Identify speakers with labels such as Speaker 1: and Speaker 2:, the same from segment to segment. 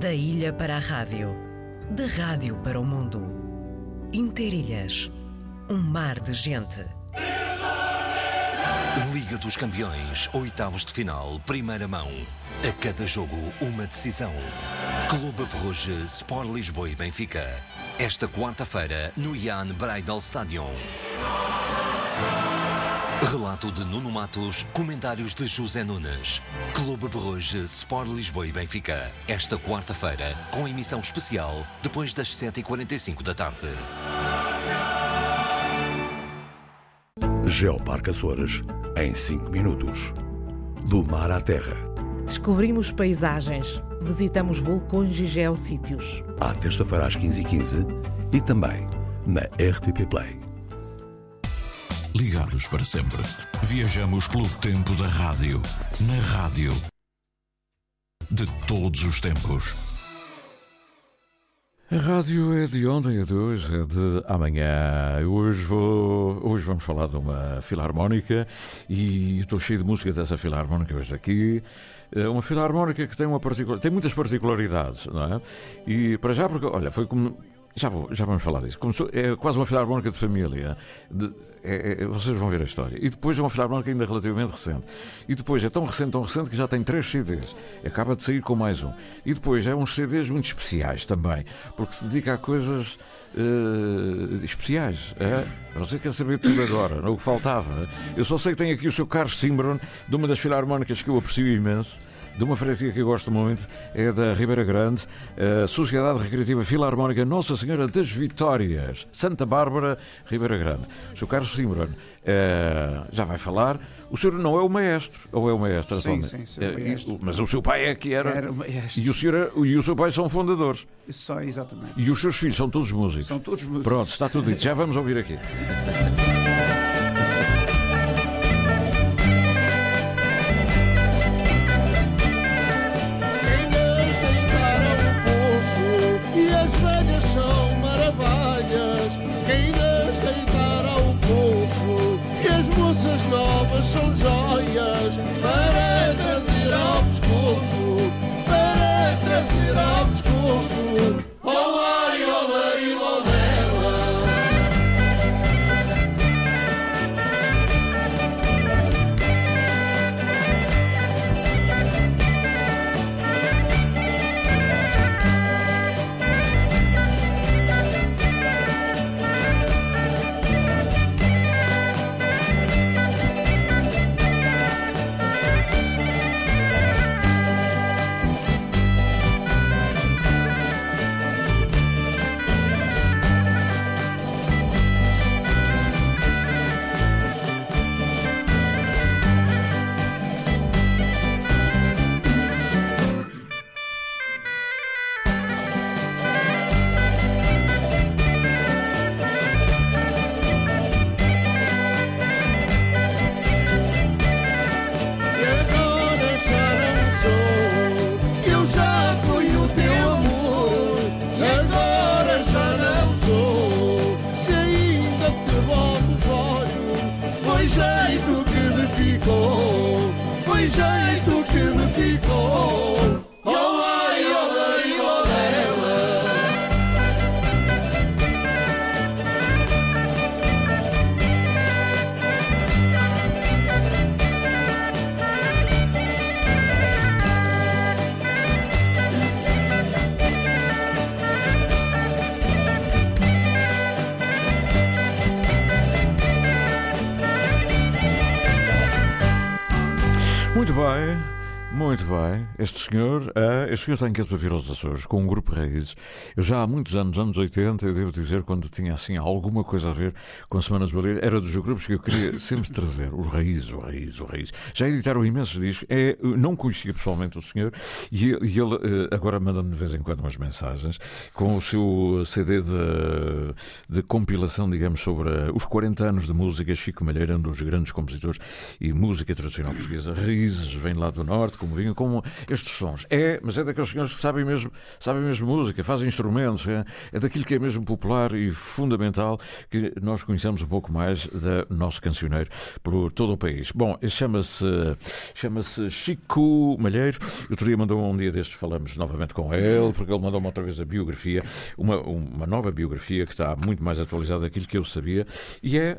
Speaker 1: Da ilha para a rádio, da rádio para o mundo. Interilhas, um mar de gente.
Speaker 2: Liga dos Campeões, oitavos de final, primeira mão. A cada jogo, uma decisão. Clube Bruges, Sport Lisboa e Benfica. Esta quarta-feira, no Ian Bridal Stadium. Relato de Nuno Matos, comentários de José Nunes. Clube Bruges, Sport Lisboa e Benfica. Esta quarta-feira, com emissão especial, depois das 7h45 da tarde.
Speaker 3: Geoparque Açores, em 5 minutos. Do mar à terra,
Speaker 4: Descobrimos paisagens, visitamos vulcões e geossítios.
Speaker 3: à terça-feira às 15h15 e também na RTP Play.
Speaker 5: Ligados para sempre. Viajamos pelo tempo da rádio. Na rádio. De todos os tempos.
Speaker 6: A rádio é de ontem, é de hoje, é de amanhã. Hoje, vou, hoje vamos falar de uma filarmónica e estou cheio de música dessa filarmónica hoje aqui. É uma filarmónica que tem, uma particular, tem muitas particularidades, não é? E para já, porque, olha, foi como. Já, vou- já vamos falar disso. Começou, é quase uma filarmónica de família. De- é- é- vocês vão ver a história. E depois é uma filarmónica ainda relativamente recente. E depois é tão recente, tão recente que já tem três CDs. Acaba de sair com mais um. E depois é uns CDs muito especiais também, porque se dedica a coisas eh, especiais. É? Você quer saber tudo agora, não é o que faltava. Eu só sei que tem aqui o seu Carlos Simbron, de uma das filarmónicas que eu aprecio imenso de uma freguesia que eu gosto muito, é da Ribeira Grande, a Sociedade Recreativa Filarmónica Nossa Senhora das Vitórias, Santa Bárbara, Ribeira Grande. O Sr. Carlos Simbron eh, já vai falar. O senhor não é o maestro, ou é o maestro?
Speaker 7: Sim,
Speaker 6: atualmente?
Speaker 7: sim, sou o
Speaker 6: Eh, e-
Speaker 7: maestro.
Speaker 6: Mas o seu pai é que era.
Speaker 7: Era o maestro.
Speaker 6: E o senhor é- e o seu pai são fundadores.
Speaker 7: Só, exatamente.
Speaker 6: E os seus filhos são todos músicos.
Speaker 7: São todos músicos.
Speaker 6: Pronto, está tudo dito. Já vamos ouvir aqui.
Speaker 8: Quem deitar no poço e as velhas são maravilhas. Quem nas deitar ao poço e as moças novas são joias. Para trazer ao pescoço, para trazer ao pescoço. Olá, e olá, e olá. E agora já não sou, eu já fui o teu amor. E agora já não sou, se ainda te volto os olhos. Foi jeito que me ficou, foi jeito que me ficou. Olá, olá, olá, olá.
Speaker 6: Muito bem, muito bem. Este senhor, ah, este senhor tem que ir para vir aos Açores com um grupo raiz. Eu já há muitos anos, anos 80, eu devo dizer, quando tinha assim alguma coisa a ver com Semanas de Baleia, era dos grupos que eu queria sempre trazer. O raiz, o raiz, o raiz. Já editaram imensos discos. É, eu não conhecia pessoalmente o senhor e ele, e ele, eh, agora manda-me de vez em quando umas mensagens com o seu CD de, de compilação, digamos, sobre eh, os 40 anos de música. Chico Malheiro é um dos grandes compositores e música tradicional portuguesa. Raízes vem lá do norte, como bocadinho como estes sons. É, mas é daqueles senhores que sabem mesmo, sabem mesmo música, fazem instrumentos, é, é daquilo que é mesmo popular e fundamental que nós conhecemos um pouco mais do nosso cancioneiro por todo o país. Bom, chama-se chama-se Chico Malheiro. Outro dia mandou um dia destes, falamos novamente com ele, porque ele mandou-me outra vez a biografia, uma, uma nova biografia que está muito mais atualizada daquilo que eu sabia e é,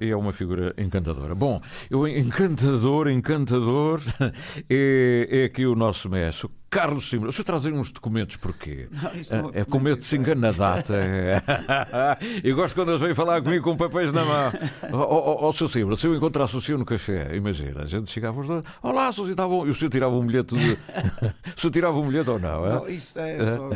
Speaker 6: eh, é uma figura encantadora. Bom, eu encantador, encantador é, é aqui o nosso mestre. Carlos Simbra, o senhor trazem uns documentos porquê?
Speaker 7: isso não
Speaker 6: Ah,
Speaker 7: há
Speaker 6: é com medo de se enganar na data. é. Eu gosto quando eles vêm falar comigo com papéis na mão. Ó oh, seu Simbra, se eu encontrasse o senhor no café, imagina, a gente chegava os dois, olá, Susi, está bom? E o senhor tirava um bilhete de. o senhor tirava um bilhete ou não? é?
Speaker 7: Não, isso é só.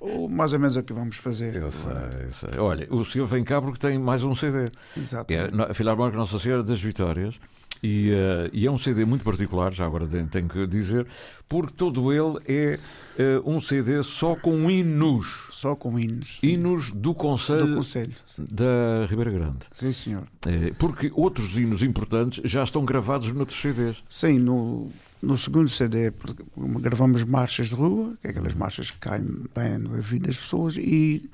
Speaker 7: o, o- mais ou menos é o que vamos fazer.
Speaker 6: Eu sei, eu sei. Olha, o senhor vem cá porque tem mais um CD.
Speaker 7: Exato.
Speaker 6: Que é no- a Filarmónica Nossa Senhora das Vitórias. E, eh, e é um CD muito particular, já agora te- tenho que dizer, porque todo ele é eh, um CD só com hinos.
Speaker 7: Só com hinos.
Speaker 6: Hinos do
Speaker 7: Do
Speaker 6: Conselho
Speaker 7: Conselho.
Speaker 6: da Ribeira Grande.
Speaker 7: Sim, senhor.
Speaker 6: Eh, porque outros hinos importantes já estão gravados noutros CDs.
Speaker 7: Sim, no, no segundo CD por- gravamos marchas de rua, que é aquelas
Speaker 6: Uhum.
Speaker 7: marchas que caem bem no ouvido das pessoas, e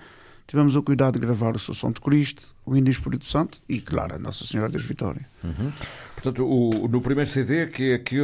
Speaker 7: tivemos o cuidado de gravar o São de Cristo, o Índio Espírito Santo e, claro, a Nossa Senhora das Vitórias.
Speaker 6: Portanto, o- no primeiro CD, que é aquele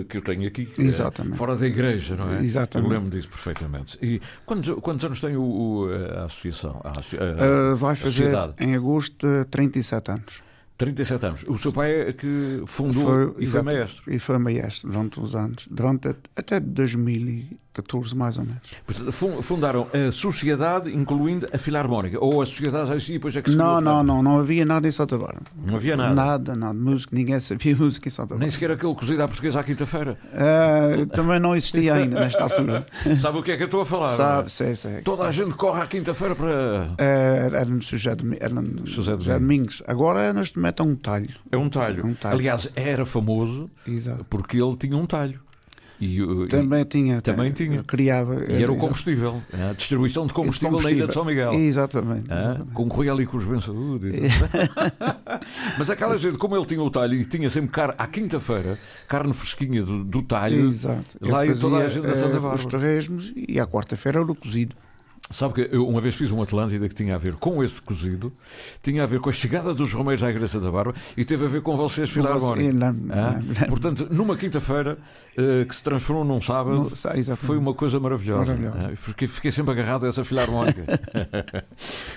Speaker 6: eh, que eu tenho aqui, eh,
Speaker 7: Exatamente.
Speaker 6: fora da igreja, não é?
Speaker 7: Exatamente.
Speaker 6: Eu lembro disso perfeitamente. E quantos, quantos anos tem o, o, eh, a associação? A, associ- a-
Speaker 7: Ah, vai
Speaker 6: a
Speaker 7: fazer
Speaker 6: sociedade?
Speaker 7: em agosto eh, 37 anos.
Speaker 6: 37 anos. O seu pai é que fundou e foi
Speaker 7: exato,
Speaker 6: maestro.
Speaker 7: E foi maestro durante uns anos, durante at- até 2014, mais ou menos.
Speaker 6: Portanto, fun- Fundaram a sociedade, incluindo a filarmónica. Ou a sociedade, assim, depois é que se criou
Speaker 7: Não,
Speaker 6: a
Speaker 7: não,
Speaker 6: Filarmónica.
Speaker 7: não, não havia nada em Santa Bárbara.
Speaker 6: Não havia nada.
Speaker 7: Nada, nada. Música, ninguém sabia música em Santa
Speaker 6: Nem
Speaker 7: Bárbara.
Speaker 6: sequer aquele cozido à portuguesa à quinta-feira.
Speaker 7: Ah, também não existia ainda nesta altura.
Speaker 6: Sabe o que é que eu estou a falar? não é?
Speaker 7: Sabe, sei, sei.
Speaker 6: Toda a gente corre à quinta-feira para.
Speaker 7: Ah, Era no José, Domi- era no
Speaker 6: José
Speaker 7: José Domingos. Agora neste momento é um talho.
Speaker 6: É um talho.
Speaker 7: Um talho.
Speaker 6: Aliás, era famoso
Speaker 7: Exato.
Speaker 6: porque ele tinha um talho. E, uh, e-
Speaker 7: Também tinha.
Speaker 6: Também
Speaker 7: tem-
Speaker 6: tinha.
Speaker 7: Criava.
Speaker 6: e era o combustível. né? A distribuição de combustível, na Ilha de São Miguel. Ah?
Speaker 7: Exatamente.
Speaker 6: Hã?
Speaker 7: exatamente.
Speaker 6: Concorria ali com os bem-saúde. e tal. Mas aquela gente, como ele tinha o talho e tinha sempre carne, à quinta-feira, carne fresquinha do, do talho,
Speaker 7: Exato.
Speaker 6: lá ia toda a
Speaker 7: fazia,
Speaker 6: gente da Santa
Speaker 7: eh, Os
Speaker 6: Bárbara.
Speaker 7: torresmos e à quarta-feira era o cozido.
Speaker 6: Sabe que eu uma vez fiz um Atlântida que tinha a ver com esse cozido, tinha a ver com a chegada dos romeiros à Igreja de Santa Bárbara e teve a ver com vocês,
Speaker 7: Eh,
Speaker 6: Filarmónica.
Speaker 7: lembro-
Speaker 6: Ah,
Speaker 7: lembro- lembro.
Speaker 6: Portanto, numa quinta-feira eh, que se transformou num sábado,
Speaker 7: Não, sa- exatamente.
Speaker 6: foi uma coisa maravilhosa.
Speaker 7: Maravilhosa.
Speaker 6: Ah, Porque fiquei sempre agarrado a essa filarmónica.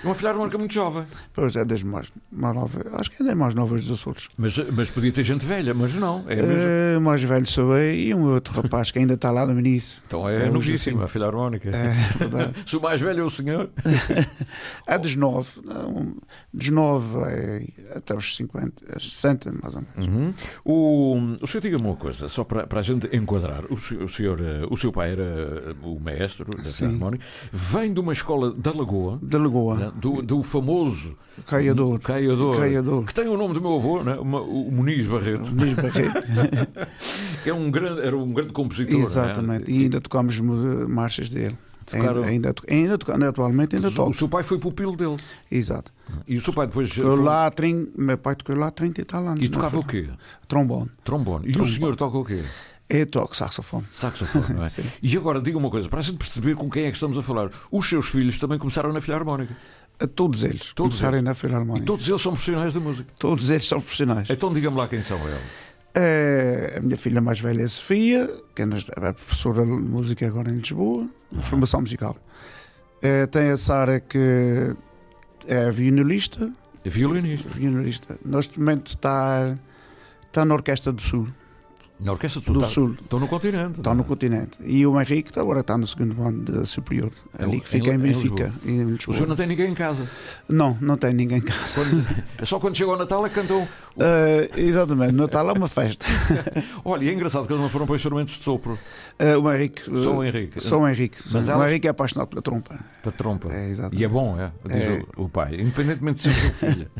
Speaker 6: uma filarmónica muito jovem.
Speaker 7: Pois é, das mais, mais novas. Acho que ainda é mais novas dos Açores.
Speaker 6: Mas, mas podia ter gente velha, mas não. É mesmo.
Speaker 7: Eh, mais velho sou eu e um outro rapaz que ainda está lá no início.
Speaker 6: Então é,
Speaker 7: é hoje
Speaker 6: novíssima
Speaker 7: assim.
Speaker 6: a filarmónica.
Speaker 7: É verdade.
Speaker 6: Se o mais velho é o senhor.
Speaker 7: A dos nove, não, um, dos nove eh, até os 50, eh, 60 mais ou menos.
Speaker 6: Uhum. O, o senhor diga-me uma coisa, só para, para a gente enquadrar. O, se- o senhor, eh, o seu pai era eh, o mestre da
Speaker 7: Sim.
Speaker 6: filarmónica, vem de uma escola da Lagoa.
Speaker 7: Da
Speaker 6: né,
Speaker 7: Lagoa,
Speaker 6: Do, do famoso
Speaker 7: Caiador.
Speaker 6: Caiador,
Speaker 7: Caiador.
Speaker 6: que tem o nome do meu avô, né, uma- o Muniz Barreto,
Speaker 7: Luís Barreto.
Speaker 6: que é um grande, era um grande compositor. né?
Speaker 7: Exatamente. E ainda tocámos eh, marchas dele.
Speaker 6: Tocaram-
Speaker 7: Ainda, ainda, to- ainda tocando, atualmente ainda
Speaker 6: O
Speaker 7: toco.
Speaker 6: seu pai foi pupilo dele.
Speaker 7: Exato.
Speaker 6: E o seu pai depois.
Speaker 7: Eu
Speaker 6: foi-
Speaker 7: lá, há 30 meu pai tocou lá há 30 e tal anos.
Speaker 6: E
Speaker 7: não
Speaker 6: tocava
Speaker 7: foi?
Speaker 6: o quê?
Speaker 7: Trombone.
Speaker 6: Trombone. E o senhor toca o quê?
Speaker 7: Eu toco saxofone.
Speaker 6: Saxofone, não é? E agora, diga uma coisa, para a gente perceber com quem é que estamos a falar, os seus filhos também começaram na Filarmónica.
Speaker 7: A todos eles.
Speaker 6: Todos
Speaker 7: começarem
Speaker 6: eles.
Speaker 7: na Filarmónica.
Speaker 6: Todos eles são profissionais da música.
Speaker 7: Todos eles são profissionais.
Speaker 6: Então diga-me lá quem são eles.
Speaker 7: Eh, a minha filha mais velha é Sofia, que é nas- é professora de música agora em Lisboa, de formação musical. Eh, tem a Sara, que é violinista.
Speaker 6: É Violinista.
Speaker 7: violinista. Neste momento está, está na Orquestra do Sul.
Speaker 6: Na Orquestra do Sul.
Speaker 7: Do
Speaker 6: tá-
Speaker 7: Sul.
Speaker 6: Estão no continente.
Speaker 7: Está
Speaker 6: não
Speaker 7: no
Speaker 6: é?
Speaker 7: continente. E o Henrique está- agora está no segundo ano de superior. Ali que
Speaker 6: em-
Speaker 7: fica em,
Speaker 6: em
Speaker 7: Benfica. em
Speaker 6: é um O
Speaker 7: Lisboa.
Speaker 6: senhor não tem ninguém em casa.
Speaker 7: Não, não tem ninguém em casa.
Speaker 6: Quando- Só quando chega o Natal é que cantam.
Speaker 7: Eh, exatamente, Natal é uma festa.
Speaker 6: Olha, e é engraçado que eles não foram para instrumentos de sopro.
Speaker 7: Eh, o Henrique. eh,
Speaker 6: Só o Henrique.
Speaker 7: Só o Henrique. sim.
Speaker 6: Mas
Speaker 7: o
Speaker 6: elas-
Speaker 7: Henrique é apaixonado pela trompa.
Speaker 6: Para trompa.
Speaker 7: É, exato.
Speaker 6: E é bom, é? Diz
Speaker 7: É.
Speaker 6: O, o pai. Independentemente de ser o seu filho.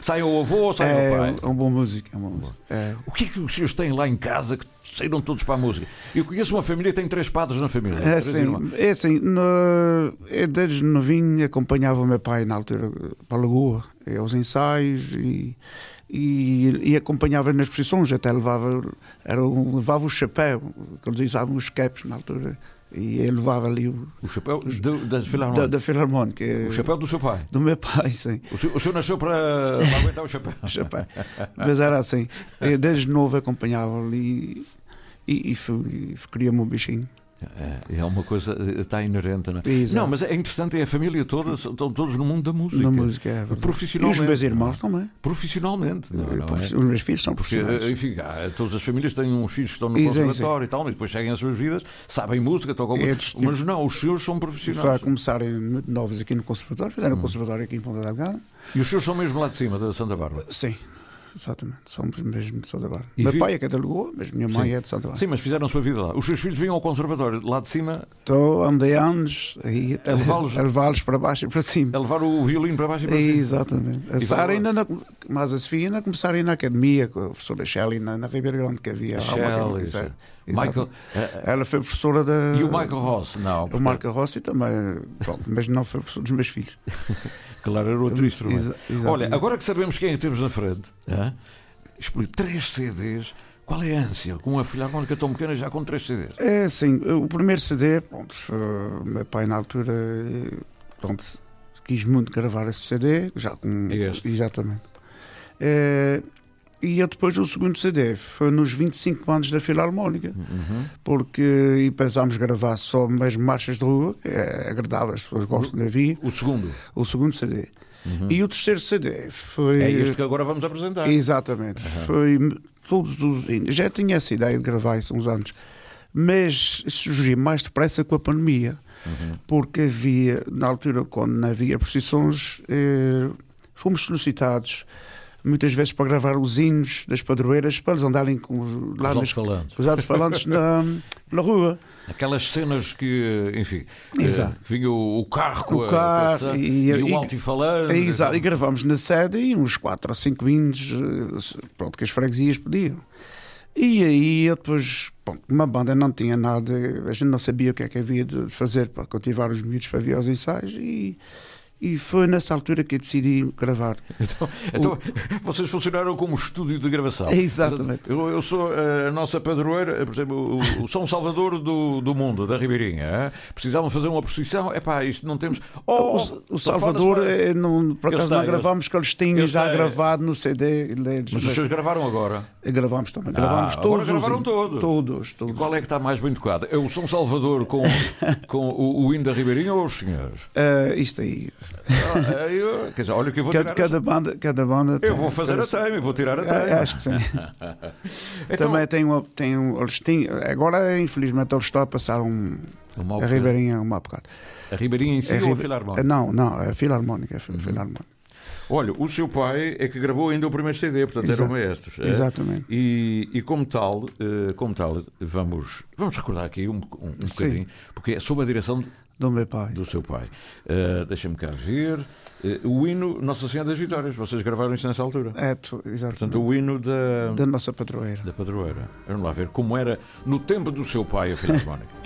Speaker 6: sai o avô ou sai o
Speaker 7: É,
Speaker 6: pai.
Speaker 7: é um bom músico. É uma música. É.
Speaker 6: O que é que os senhores têm lá em casa que saíram todos para a música? Eu conheço uma família que tem três padres na família.
Speaker 7: É
Speaker 6: três irmãos.
Speaker 7: assim, é assim no, eu desde novinho acompanhava o meu pai na altura para a Lagoa, eh, aos ensaios e e, e acompanhava nas posições, até levava, era um, levava o chapéu, que eles usavam os caps na altura, e ele levava ali o,
Speaker 6: O chapéu do- da
Speaker 7: da,
Speaker 6: Filarmónica.
Speaker 7: da Filarmónica. eh,
Speaker 6: O chapéu do seu pai.
Speaker 7: Do meu pai, sim.
Speaker 6: O senhor, o senhor nasceu para, para aguentar o chapéu.
Speaker 7: O chapéu. Mas era assim. Eu desde novo acompanhava ali e, e, fui- e queria-me um bichinho.
Speaker 6: É, é uma coisa, eh, está inerente, não é?
Speaker 7: Exato.
Speaker 6: Não, mas é interessante, é a família toda, são- estão todos no mundo da música.
Speaker 7: Na música. era. E os
Speaker 6: é. Profissionalmente.
Speaker 7: meus irmãos também.
Speaker 6: Profissionalmente, não, não é?
Speaker 7: Profi- Os meus filhos são
Speaker 6: Porque,
Speaker 7: profissionais.
Speaker 6: eh, enfim, há- todas as famílias têm uns filhos que estão no
Speaker 7: Isso,
Speaker 6: conservatório e tal, mas depois seguem as suas vidas, sabem música, tocam
Speaker 7: É,
Speaker 6: música. Mas não, os seus são
Speaker 7: Só a
Speaker 6: profissionais.
Speaker 7: começarem muito novos aqui no Conservatório, fizeram
Speaker 6: Hum.
Speaker 7: o Conservatório aqui em Ponta Delgada.
Speaker 6: E os seus são mesmo lá de cima, da Santa Bárbara.
Speaker 7: Sim, exatamente. Somos mesmo de Santa Bárbara.
Speaker 6: E
Speaker 7: Meu
Speaker 6: vi-
Speaker 7: pai é catalogou, mas minha mãe é de Santa Bárbara.
Speaker 6: Sim, mas fizeram a sua vida lá. Os seus filhos vinham ao conservatório, lá de cima,
Speaker 7: Então andei anos aí
Speaker 6: A levá-los-
Speaker 7: a levá-los para baixo e para cima.
Speaker 6: a levar o violino para baixo e para cima.
Speaker 7: Exatamente. A
Speaker 6: E
Speaker 7: Sara
Speaker 6: vai lá.
Speaker 7: ainda, na, mas a Sofia ainda começaram a ir na academia com a professora Shelley na, na Ribeira Grande, que havia. lá uma
Speaker 6: Shelley,
Speaker 7: academia,
Speaker 6: sim. é. Michael, eh,
Speaker 7: Exato. Ela foi professora da.
Speaker 6: E o Michael Ross, não.
Speaker 7: O Marco Rossi também, pronto, mas não foi professor dos meus filhos.
Speaker 6: Claro, era outro instrumento.
Speaker 7: Exa-
Speaker 6: Olha,
Speaker 7: exatamente.
Speaker 6: agora que sabemos quem é que temos na frente, hã? escolhi três CDs. Qual é a ânsia? Com uma filharmónica tão pequena já com três CDs.
Speaker 7: É assim, o primeiro CD, pronto, foi- o meu pai na altura, eh, pronto, quis muito gravar esse CD, já com.
Speaker 6: Este.
Speaker 7: Exatamente. Eh, e eu depois o segundo CD foi nos 25 anos da Filarmónica,
Speaker 6: Uhum.
Speaker 7: porque e pensámos gravar só mesmo marchas de rua, que é agradável, as pessoas gostam de ouvir,
Speaker 6: O segundo
Speaker 7: o segundo CD. E o terceiro CD foi.
Speaker 6: Uhum. é este que agora vamos apresentar.
Speaker 7: Exatamente. Foi todos os índios. Já tinha essa ideia de gravar isso há uns anos, mas surgiu mais depressa com a pandemia, porque havia, na altura, quando não havia procissões, eh, fomos solicitados muitas vezes para gravar os hinos das padroeiras para eles andarem com os, lá
Speaker 6: Os
Speaker 7: nas,
Speaker 6: falando.
Speaker 7: com os altos falantes na, na rua.
Speaker 6: Aquelas cenas que, enfim,
Speaker 7: Exato.
Speaker 6: eh, que vinha o, o carro com
Speaker 7: O
Speaker 6: a, com a
Speaker 7: carro
Speaker 6: sa-
Speaker 7: e-
Speaker 6: o
Speaker 7: e-
Speaker 6: altifalante.
Speaker 7: É, exato. E gravámos na sede e uns 4 ou 5 hinos eh, se- pronto, que as freguesias pediam. E aí eu depois, pronto, uma banda não tinha nada, a gente não sabia o que é que havia de fazer para cultivar os miúdos para vir aos ensaios e, e foi nessa altura que eu decidi gravar.
Speaker 6: Então, então, vocês funcionaram como estúdio de gravação.
Speaker 7: Exatamente.
Speaker 6: Eu, eu sou eh, a nossa padroeira, eh, por exemplo, o, o São Salvador do, do mundo, da Ribeirinha. eh? Precisavam fazer uma procissão. É pá, isto não temos. Oh,
Speaker 7: o, o
Speaker 6: telefones
Speaker 7: Salvador,
Speaker 6: para-
Speaker 7: eh, não, por
Speaker 6: Eles
Speaker 7: acaso
Speaker 6: têm,
Speaker 7: não gravámos, que eles tinham
Speaker 6: eles
Speaker 7: já
Speaker 6: têm.
Speaker 7: gravado no CD. Eles,
Speaker 6: eh, Mas os seus gravaram agora.
Speaker 7: Gravámos também, gravámos
Speaker 6: agora
Speaker 7: todos. os
Speaker 6: gravaram
Speaker 7: hinos.
Speaker 6: todos.
Speaker 7: Todos,
Speaker 6: E
Speaker 7: todos.
Speaker 6: qual é que está mais bem tocado? É o São Salvador com, com o, o hino da Ribeirinha ou os senhores?
Speaker 7: Ah, isto aí.
Speaker 6: Ah, eu- quer dizer, olha que eu vou
Speaker 7: Cada,
Speaker 6: tirar.
Speaker 7: cada banda, cada banda.
Speaker 6: a- Eu
Speaker 7: tem-
Speaker 6: vou fazer
Speaker 7: cada-
Speaker 6: a teima, eu vou tirar a
Speaker 7: Ah,
Speaker 6: teima.
Speaker 7: Acho que sim.
Speaker 6: Então,
Speaker 7: Também tem um, tem um, eles têm, agora, infelizmente, eles estão a passar um,
Speaker 6: uma
Speaker 7: a
Speaker 6: altura-
Speaker 7: Ribeirinha uma bocado.
Speaker 6: a Ribeirinha em si
Speaker 7: É
Speaker 6: ou a
Speaker 7: Ribe-
Speaker 6: Filarmónica?
Speaker 7: Não, não, a Filarmónica. a fi-
Speaker 6: Uhum.
Speaker 7: Filarmónica.
Speaker 6: Olha, o seu pai é que gravou ainda o primeiro CD, portanto eram
Speaker 7: Exato.
Speaker 6: maestros. é?
Speaker 7: Exatamente.
Speaker 6: E, e como tal, eh, como tal vamos, vamos recordar aqui um, um, um
Speaker 7: Sim.
Speaker 6: bocadinho, porque é sob a direção
Speaker 7: Do meu pai.
Speaker 6: do seu pai. Eh, Deixa-me cá ver. Eh, o hino Nossa Senhora das Vitórias, vocês gravaram isso nessa altura.
Speaker 7: É, tu- exatamente.
Speaker 6: Portanto, o hino da,
Speaker 7: Da nossa padroeira.
Speaker 6: da Padroeira. Vamos lá ver como era no tempo do seu pai a Filarmónica.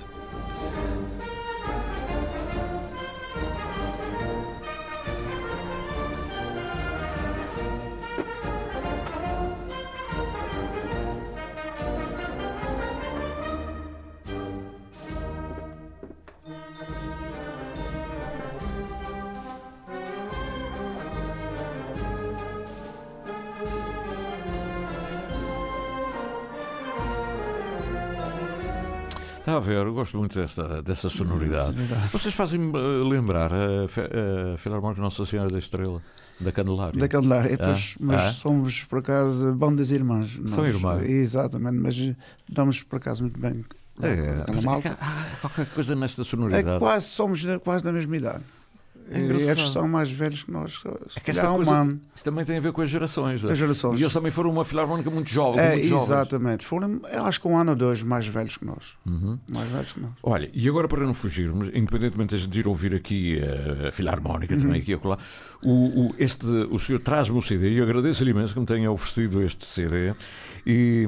Speaker 6: Está a ver, eu gosto muito desta,
Speaker 7: Hum,
Speaker 6: dessa sonoridade. Vocês fazem lembrar a, Fe- a Filarmónica Nossa Senhora da Estrela, da Candelária.
Speaker 7: Da Candelária. É, pois,
Speaker 6: Ah,
Speaker 7: mas
Speaker 6: ah.
Speaker 7: somos, por acaso, bandas irmãs.
Speaker 6: São
Speaker 7: nós.
Speaker 6: irmãs.
Speaker 7: Exatamente, mas estamos, por acaso, muito bem. com
Speaker 6: É,
Speaker 7: aquela
Speaker 6: mas
Speaker 7: malta.
Speaker 6: é que há qualquer coisa nesta
Speaker 7: É
Speaker 6: sonoridade.
Speaker 7: que quase, somos da- quase da mesma idade.
Speaker 6: É engraçado.
Speaker 7: Eles são mais velhos que nós. Se
Speaker 6: É que esta
Speaker 7: calhar um
Speaker 6: coisa-
Speaker 7: ano.
Speaker 6: Isso também tem a ver com as gerações. não é?
Speaker 7: As gerações.
Speaker 6: E eles também foram uma filarmónica muito jovem.
Speaker 7: É,
Speaker 6: muito jovens.
Speaker 7: exatamente. Foram, eu acho que um ano ou dois mais velhos que nós.
Speaker 6: Uhum.
Speaker 7: Mais velhos que nós.
Speaker 6: Olha, e agora para não fugirmos, independentemente de ir ouvir aqui eh, a Filarmónica também
Speaker 7: Uhum.
Speaker 6: aqui e acolá, o, o, este, o senhor traz-me o CD e eu agradeço-lhe imenso que me tenha oferecido este CD. E,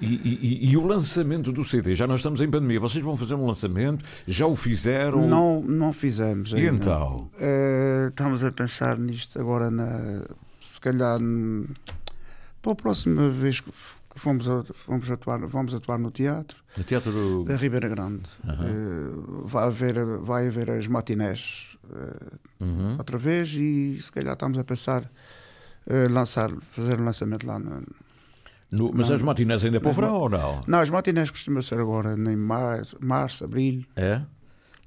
Speaker 6: e, e- e o lançamento do CD, já nós estamos em pandemia, vocês vão fazer um lançamento, já o fizeram.
Speaker 7: Não, não fizemos
Speaker 6: E
Speaker 7: ainda.
Speaker 6: um- então?
Speaker 7: Eh, estamos a pensar nisto agora, na, se calhar, n- Para a próxima vez que f- que fomos, a- fomos atuar, vamos atuar no teatro
Speaker 6: No teatro.
Speaker 7: da Ribeira Grande, eh, vai, haver, vai haver as matinés eh,
Speaker 6: Uhum.
Speaker 7: outra vez e se calhar estamos a pensar eh, lançar, fazer um lançamento lá no,
Speaker 6: No- mas as matinés ainda é para o verão ou não?
Speaker 7: Não, as matinés costuma ser agora em março, março abril.
Speaker 6: É?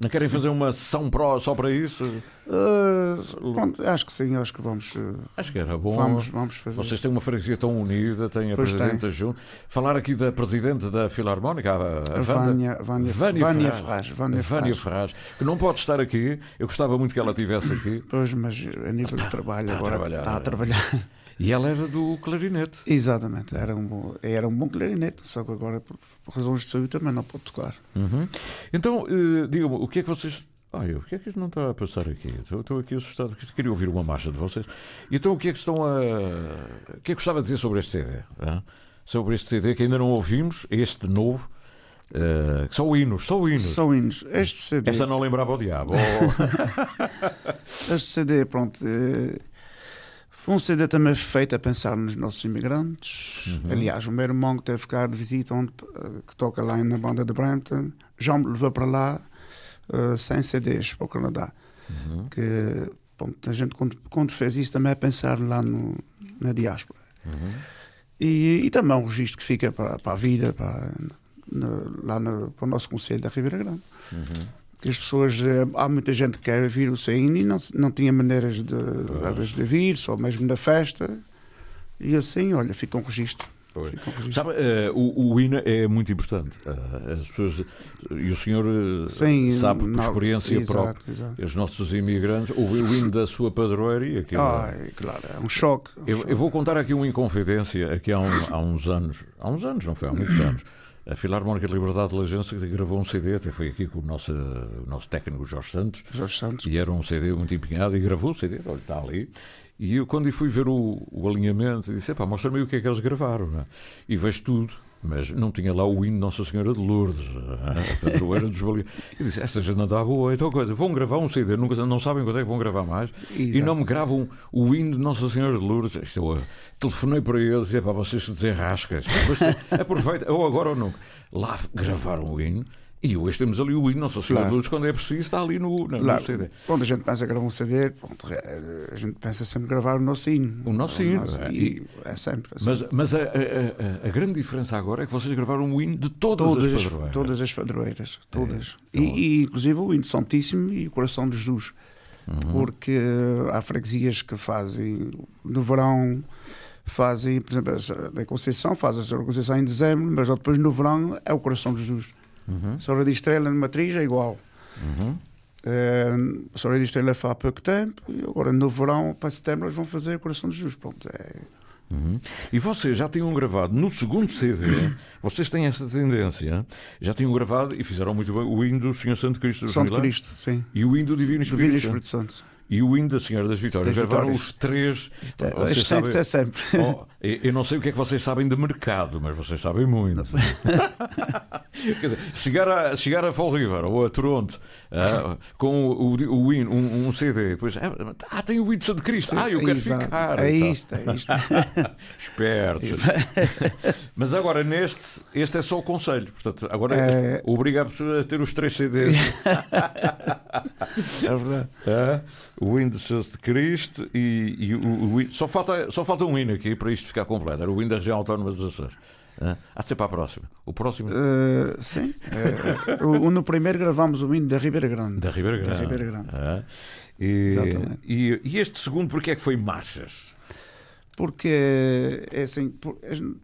Speaker 6: Não querem fazer uma sessão pró só para isso?
Speaker 7: Ah, pronto, acho que sim, acho que vamos, eh,
Speaker 6: Acho que era bom.
Speaker 7: vamos, vamos fazer.
Speaker 6: Vocês têm uma freguesia tão unida, têm a
Speaker 7: Pois
Speaker 6: presidente
Speaker 7: tem.
Speaker 6: junto. Falar aqui da presidente da Filarmónica, a, a
Speaker 7: A
Speaker 6: Wanda-
Speaker 7: Vânia,
Speaker 6: Vânia
Speaker 7: Vânia, Vânia,
Speaker 6: Ferraz.
Speaker 7: Ferraz.
Speaker 6: Vânia
Speaker 7: Vânia Ferraz.
Speaker 6: Ferraz, que não pode estar aqui. Eu gostava muito que ela estivesse aqui.
Speaker 7: Pois, mas a nível de trabalho
Speaker 6: tá a
Speaker 7: agora
Speaker 6: trabalhar.
Speaker 7: está a trabalhar.
Speaker 6: E ela era do clarinete.
Speaker 7: Exatamente, era um, bom, era um bom clarinete, só que agora por, por razões de saúde também não pode tocar.
Speaker 6: Uhum. Então, eh, digam-me, o que é que vocês. Olha, o que é que isto não está a passar aqui? Estou, estou aqui assustado, porque queria ouvir uma marcha de vocês. Então, o que é que estão a. O que é que gostava de dizer sobre este CD? hã? Sobre este CD que ainda não ouvimos, este novo. eh, que são hinos, são hinos.
Speaker 7: São hinos. Este CD,
Speaker 6: Essa não lembrava o diabo. Oh,
Speaker 7: este CD pronto, eh, foi um CD também feito a pensar nos nossos imigrantes. Aliás, o meu irmão que teve cá de visita, onde, eh, que toca lá na banda de Brampton, já me levou para lá eh, sem CDs para o Canadá.
Speaker 6: Uhum.
Speaker 7: Que pronto, a gente, quando, quando fez isso, também é pensar lá no, na diáspora.
Speaker 6: Uhum.
Speaker 7: E, e também um registro que fica para, para a vida, para, no- lá no, para o nosso Conselho da Ribeira Grande.
Speaker 6: Uhum.
Speaker 7: Que as pessoas, eh, há muita gente que quer vir o Saíno e não, se- não tinha maneiras de, às vezes de vir, só mesmo na festa. E assim, olha, fica um registro.
Speaker 6: Pois.
Speaker 7: Fica um registro.
Speaker 6: Sabe, eh, o, o hino é muito importante. Eh, as pessoas. E o senhor eh,
Speaker 7: Sim,
Speaker 6: sabe por
Speaker 7: não,
Speaker 6: experiência
Speaker 7: exato,
Speaker 6: própria.
Speaker 7: exato.
Speaker 6: Os nossos imigrantes. O, o hino da sua padroeira e aquilo.
Speaker 7: Ah, é claro, é um choque. é um
Speaker 6: Eu,
Speaker 7: choque.
Speaker 6: eu vou contar aqui uma inconfidência, aqui há, um- há uns anos, há uns anos, não foi? Há muitos anos. A Filarmónica de Liberdade de Lagência gravou um CD, até foi aqui com o nosso, o nosso técnico Jorge Santos,
Speaker 7: Jorge Santos.
Speaker 6: e era um CD muito empenhado, e gravou o CD, olha, está ali. E eu, quando fui ver o, o alinhamento, disse: pá, mostra-me aí o que é que eles gravaram, não é? E vejo tudo. Mas não tinha lá o hino de Nossa Senhora de Lourdes, é? a padroeira dos bolinhos. E disse: Esta gente não está boa, então coisa, vão gravar um CD, nunca, não sabem quando é que vão gravar mais, e
Speaker 7: Exato.
Speaker 6: não me gravam o hino de Nossa Senhora de Lourdes. Isto, eu eh, telefonei para eles e para vocês se desenrascas, aproveita, ou agora ou nunca. Lá gravaram o hino, e hoje temos ali o hino de Nossa Senhora de
Speaker 7: Claro.
Speaker 6: Lourdes, quando é preciso, está ali no, na- no
Speaker 7: Claro,
Speaker 6: CD.
Speaker 7: quando a gente pensa gravar um CD, pronto, eh, a gente pensa sempre gravar o nosso hino.
Speaker 6: O nosso hino, é.
Speaker 7: e É sempre. é sempre.
Speaker 6: Mas, mas a, a- a- a grande diferença agora é que vocês gravaram o hino de todas,
Speaker 7: todas,
Speaker 6: as
Speaker 7: as-
Speaker 6: padroeiras. É,
Speaker 7: todas as padroeiras, todas. E, e, inclusive o Hino Santíssimo e o Coração de Jesus.
Speaker 6: Uhum.
Speaker 7: Porque eh, há freguesias que fazem no verão, fazem, por exemplo, a da Conceição, faz a Senhora Conceição em dezembro, mas depois no verão é o Coração de Jesus.
Speaker 6: Uhum.
Speaker 7: A Senhora de Estrela na Matriz é igual. Eh, a Senhora de Estrela faz há pouco tempo, e agora no verão, para setembro, eles vão fazer o Coração de Jesus. Pronto, é,
Speaker 6: E vocês já tinham gravado no segundo CD, vocês têm essa tendência, já tinham gravado e fizeram muito bem o hino do Senhor Santo Cristo dos
Speaker 7: São de
Speaker 6: Milagres
Speaker 7: Cristo, sim.
Speaker 6: e o hino do Divino
Speaker 7: Do
Speaker 6: Espírito,
Speaker 7: Vila
Speaker 6: Santo.
Speaker 7: Espírito Santo.
Speaker 6: e o hino da Senhora das Vitórias.
Speaker 7: Das
Speaker 6: gravaram
Speaker 7: Vitórias.
Speaker 6: os três.
Speaker 7: Isto é,
Speaker 6: Vocês
Speaker 7: isto é-
Speaker 6: sabem-
Speaker 7: isto é sempre.
Speaker 6: Oh, eu eu não sei o que é que vocês sabem de mercado, mas vocês sabem muito. Quer dizer, chegar a, chegar a Fall River ou a Toronto ah, com o, o, o hino, um, um CD, depois ah, tem o hino de Santo Cristo, ah, eu quero
Speaker 7: Exato.
Speaker 6: ficar.
Speaker 7: É
Speaker 6: e tal.
Speaker 7: isto, é isto.
Speaker 6: Espertos. mas agora neste, este é só o conselho. Portanto, agora
Speaker 7: É.
Speaker 6: obriga a pessoa a ter os três CDs.
Speaker 7: É verdade.
Speaker 6: Ah, o hino de Jesus de Cristo e, e o, o hino- só, falta, só falta um hino aqui para isto ficar completo. Era o hino da região autónoma dos Açores. Ah, há de ser para a próxima. O próximo
Speaker 7: Eh, sim. Eh, o, o- no primeiro gravámos o hino da Ribeira Grande.
Speaker 6: da Ribeira Grande.
Speaker 7: da Ribeira Grande.
Speaker 6: Ah, e,
Speaker 7: Exatamente.
Speaker 6: e- e este segundo, porque é que foi marchas?
Speaker 7: Porque eh, é assim. por- a gente-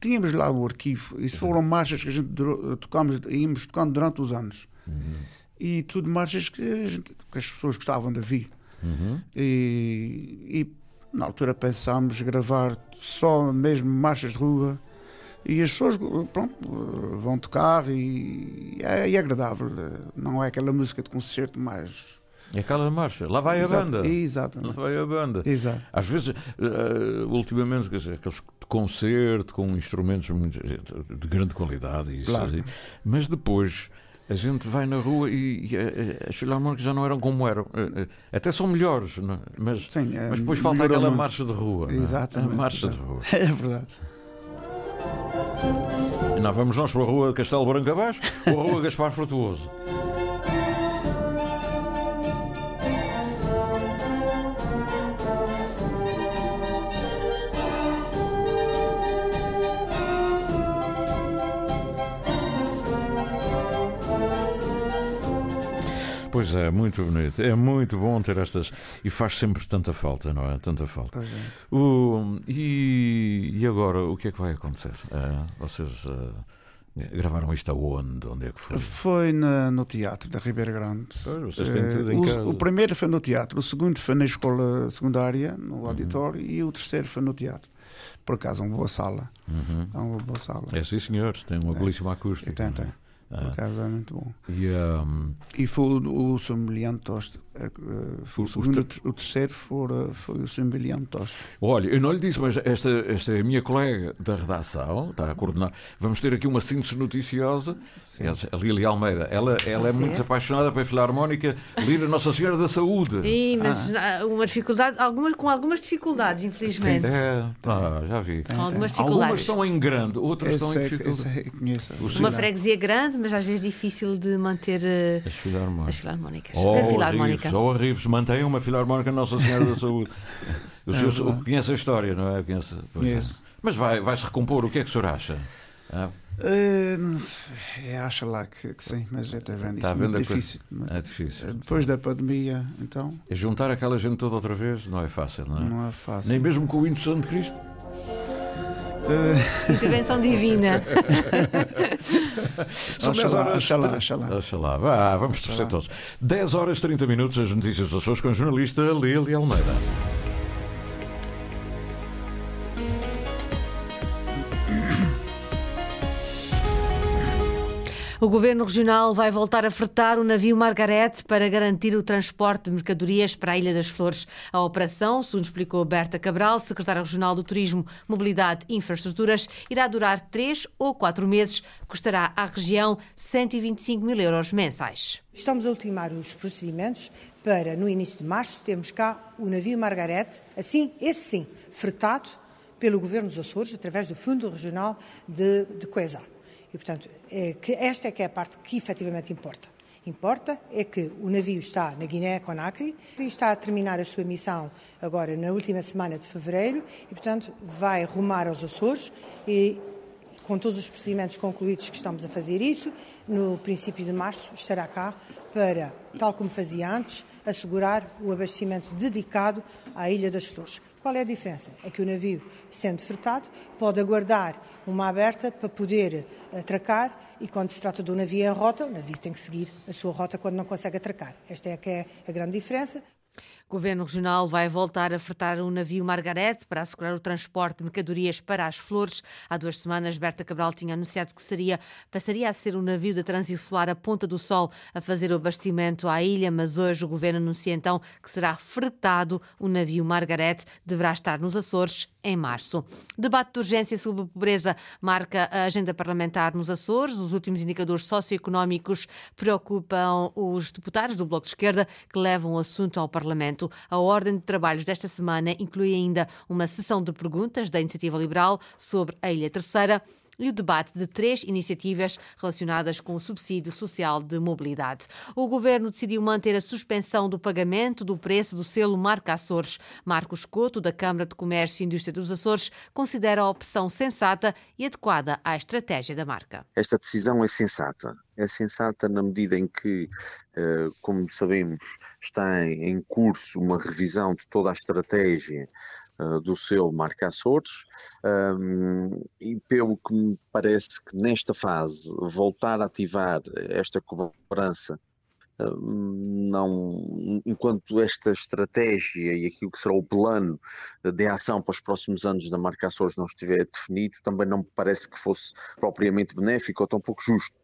Speaker 7: tínhamos lá o arquivo. Isso foram marchas que a gente durou- tocámos, íamos tocando durante os anos. E tudo marchas que, a gente- que as pessoas gostavam de ouvir. E, e na altura pensámos gravar só mesmo marchas de rua. E as pessoas pronto, vão tocar e é, é agradável. Não é aquela música de concerto mais
Speaker 6: É aquela marcha. Lá vai a
Speaker 7: Exato,
Speaker 6: banda. Lá
Speaker 7: Exatamente.
Speaker 6: vai a banda.
Speaker 7: Exato.
Speaker 6: Às vezes, eh, ultimamente, quer dizer, aqueles de concerto com instrumentos muito- de grande qualidade, isso,
Speaker 7: Claro.
Speaker 6: assim. mas depois A gente vai na rua e, e, eh, as filarmónicas já não eram como eram. Eh, eh, Até são melhores, não é? mas,
Speaker 7: Sim, eh,
Speaker 6: mas depois falta
Speaker 7: melhorou
Speaker 6: aquela
Speaker 7: muito.
Speaker 6: marcha de rua. não é?
Speaker 7: Exatamente,
Speaker 6: A marcha de
Speaker 7: exato.
Speaker 6: rua.
Speaker 7: É verdade.
Speaker 6: E lá vamos nós para a rua Castelo Branco Abaixo ou a rua Gaspar Frutuoso. Pois é, muito bonito. É muito bom ter estas. E faz sempre tanta falta, não é? Tanta falta.
Speaker 7: Pois é.
Speaker 6: O- e, e agora, o que é que vai acontecer? Ah, vocês ah, gravaram isto aonde? Onde é que foi?
Speaker 7: Foi na- no teatro da Ribeira Grande.
Speaker 6: Pois, vocês têm tudo
Speaker 7: Eh,
Speaker 6: em
Speaker 7: o,
Speaker 6: casa.
Speaker 7: o primeiro foi no teatro, o segundo foi na escola secundária, no
Speaker 6: Uhum.
Speaker 7: auditório, e o terceiro foi no teatro. Por acaso, uma boa sala. É uma boa sala.
Speaker 6: Uhum. É sim, senhores, tem uma belíssima acústica.
Speaker 7: Tem, tem.
Speaker 6: não é?
Speaker 7: Por acaso, é muito bom.
Speaker 6: E, ah, ahm,
Speaker 7: E foi o, o semelhante Tosta. eh, Foi
Speaker 6: O-
Speaker 7: o,
Speaker 6: os
Speaker 7: segundo,
Speaker 6: te-
Speaker 7: o terceiro foi, foi o semelhante Tosta.
Speaker 6: olha, eu não lhe disse, mas esta, esta é a minha colega da redação, está a coordenar. Vamos ter aqui uma síntese noticiosa. Ela- A Lili Almeida, ela, ela é muito apaixonada pela Filarmónica Lira Nossa Senhora da Saúde.
Speaker 8: Ih, mas ah, uma dificuldade, algumas, com algumas dificuldades, infelizmente.
Speaker 6: É, tá, já vi.
Speaker 8: Com algumas
Speaker 6: Algumas
Speaker 8: dificuldades.
Speaker 6: estão em grande, outras
Speaker 7: Esse
Speaker 6: Então estão em
Speaker 7: é, que-
Speaker 6: dificuldade.
Speaker 7: esse é que conheço.
Speaker 8: Uma freguesia grande, mas às vezes difícil de manter eh,
Speaker 6: As Filarmónicas.
Speaker 8: as filarmónicas.
Speaker 6: Oh,
Speaker 8: a filarmónica.
Speaker 6: Rives, oh, Rives, mantém uma filarmónica Nossa Senhora da Saúde. O senhor o- conhece a história, não é? Conhece, pois é.
Speaker 7: Conheço.
Speaker 6: Mas vai, vai-se recompor, o que é que o senhor acha? Ah,
Speaker 7: Eh, não- eu acho lá que, que sim, mas é até vendo
Speaker 6: Está
Speaker 7: isso.
Speaker 6: a vendo
Speaker 7: muito
Speaker 6: a coisa?
Speaker 7: difícil. muito-
Speaker 6: é difícil.
Speaker 7: Depois da pandemia, então,
Speaker 6: É juntar aquela gente toda outra vez não é fácil, não é?
Speaker 7: não é fácil.
Speaker 6: Nem mesmo com o Hino Santo Cristo.
Speaker 7: Eh,
Speaker 6: oh.
Speaker 8: Intervenção divina.
Speaker 6: São 10
Speaker 7: Oxalá,
Speaker 6: horas.
Speaker 7: oxalá, oxalá.
Speaker 6: Oxalá. Vá, vamos torcer todos. 10 horas 30 minutos, as notícias das suas com a jornalista Lili Almeida.
Speaker 8: O Governo Regional vai voltar a fretar o navio Margarete para garantir o transporte de mercadorias para a Ilha das Flores. A operação, segundo explicou Berta Cabral, secretária regional do Turismo, Mobilidade e Infraestruturas, irá durar três ou quatro meses. Custará à região 125 mil euros mensais.
Speaker 9: Estamos a ultimar os procedimentos para, no início de março, termos cá o navio Margarete, assim, esse sim, fretado pelo Governo dos Açores, através do Fundo Regional de, de Coesão. E, portanto, é que esta é que é a parte que efetivamente importa. Importa é que o navio está na Guiné-Conakry e está a terminar a sua missão agora na última semana de fevereiro e, portanto, vai rumar aos Açores e com todos os procedimentos concluídos que estamos a fazer isso, no princípio de março estará cá para, tal como fazia antes, assegurar o abastecimento dedicado à Ilha das Flores. Qual é a diferença? É que o navio, sendo fretado, pode aguardar uma aberta para poder eh, atracar e quando se trata de um navio em rota, o navio tem que seguir a sua rota quando não consegue atracar. Esta é que é a grande diferença.
Speaker 8: O Governo Regional vai voltar a fretar o navio Margarete para assegurar o transporte de mercadorias para as flores. Há duas semanas, Berta Cabral tinha anunciado que seria, passaria a ser o navio da Transinsular, a Ponta do Sol, a fazer o abastecimento à ilha, mas hoje o Governo anuncia então que será fretado o navio Margarete. Deverá estar nos Açores em março. Debate de urgência sobre a pobreza marca a agenda parlamentar nos Açores. Os últimos indicadores socioeconómicos preocupam os deputados do Bloco de Esquerda que levam o assunto ao Parlamento. A ordem de trabalhos desta semana inclui ainda uma sessão de perguntas da Iniciativa Liberal sobre a Ilha Terceira e o debate de três iniciativas relacionadas com o subsídio social de mobilidade. O governo decidiu manter a suspensão do pagamento do preço do selo Marca Açores. Marcos Couto, da Câmara de Comércio e Indústria dos Açores, considera a opção sensata e adequada à estratégia da marca.
Speaker 10: Esta decisão é sensata. É sensata na medida em que, eh, como sabemos, está em, em curso uma revisão de toda a estratégia eh, do selo Marca Açores, ahm, e pelo que me parece que nesta fase voltar a ativar esta cobrança ah, não, enquanto esta estratégia e aquilo que será o plano de ação para os próximos anos da marca Açores não estiver definido, também não me parece que fosse propriamente benéfico ou tampouco justo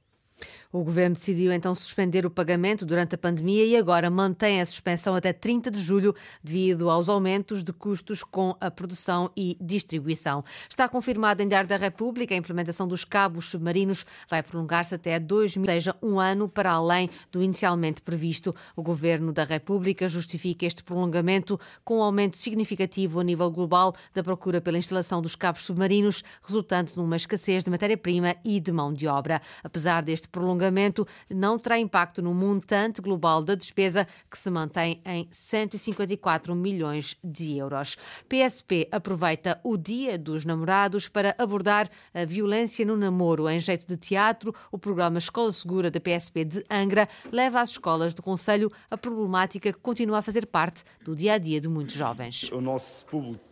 Speaker 8: O governo decidiu então suspender o pagamento durante a pandemia e agora mantém a suspensão até 30 de julho devido aos aumentos de custos com a produção e distribuição. Está confirmado em Diário da República a implementação dos cabos submarinos vai prolongar-se até 2000, seja um ano para além do inicialmente previsto. O governo da República justifica este prolongamento com o um aumento significativo a nível global da procura pela instalação dos cabos submarinos, resultando numa escassez de matéria-prima e de mão de obra. Apesar deste prolongamento não terá impacto no montante global da despesa, que se mantém em 154 milhões de euros. PSP aproveita o Dia dos Namorados para abordar a violência no namoro. Em jeito de teatro, o programa Escola Segura da PSP de Angra leva às escolas do Conselho a problemática que continua a fazer parte do dia a dia de muitos jovens.
Speaker 11: O nosso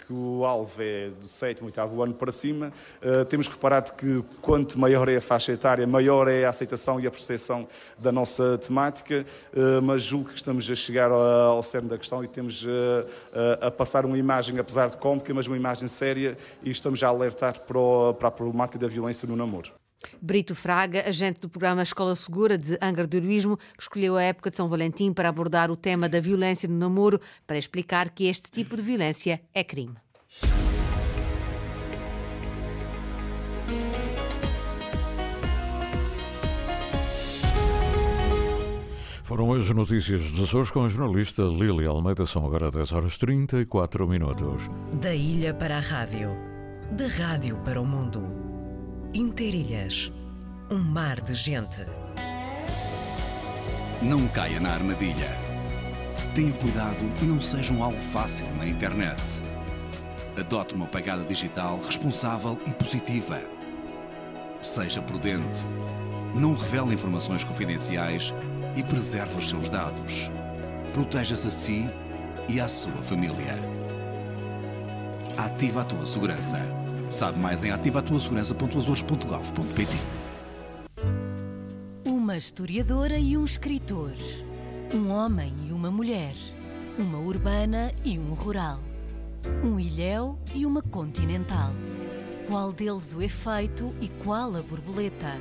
Speaker 11: público-alvo é do 7, 8 ano para cima. Uh, temos reparado que quanto maior é a faixa etária, maior é a aceitação e a percepção da nossa temática, mas julgo que estamos a chegar ao cerne da questão e temos a passar uma imagem, apesar de cómica, mas uma imagem séria e estamos a alertar para a problemática da violência no namoro.
Speaker 8: Brito Fraga, agente do programa Escola Segura de Angra do Heroísmo, que escolheu a época de São Valentim para abordar o tema da violência no namoro, para explicar que este tipo de violência é crime.
Speaker 6: Foram hoje notícias dos Açores com a jornalista Lili Almeida. São agora 10 horas 34 minutos.
Speaker 12: Da ilha para a rádio, da rádio para o mundo. Interilhas, um mar de gente.
Speaker 13: Não caia na armadilha. Tenha cuidado e não seja um alvo fácil na internet. Adote uma pegada digital responsável e positiva. Seja prudente. Não revele informações confidenciais e preserve os seus dados. Proteja-se a si e à sua família. Ativa a tua segurança. Sabe mais em ativatuasegurança.azores.gov.pt
Speaker 1: Uma historiadora e um escritor. Um homem e uma mulher. Uma urbana e um rural. Um ilhéu e uma continental. Qual deles o efeito e qual a borboleta?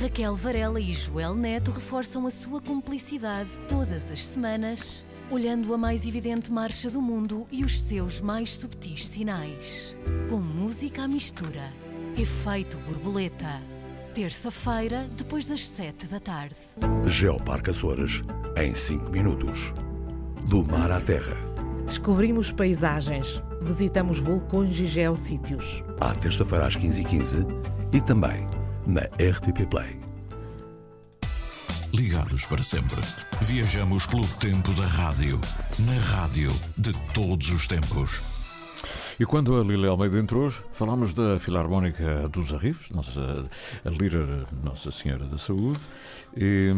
Speaker 1: Raquel Varela e Joel Neto reforçam a sua cumplicidade todas as semanas, olhando a mais evidente marcha do mundo e os seus mais subtis sinais. Com música à mistura. Efeito borboleta. Terça-feira, depois das sete da tarde.
Speaker 3: Geoparque Açores, em 5 minutos. Do mar à terra.
Speaker 4: Descobrimos paisagens, visitamos vulcões e geossítios.
Speaker 3: À terça-feira às 15h15 e também na RTP Play.
Speaker 5: Ligados para sempre. Viajamos pelo tempo da rádio. Na rádio de todos os tempos.
Speaker 6: E quando a Lila Almeida entrou, falámos da Filarmónica dos Arrives, nossa, a Lira Nossa Senhora da Saúde, e,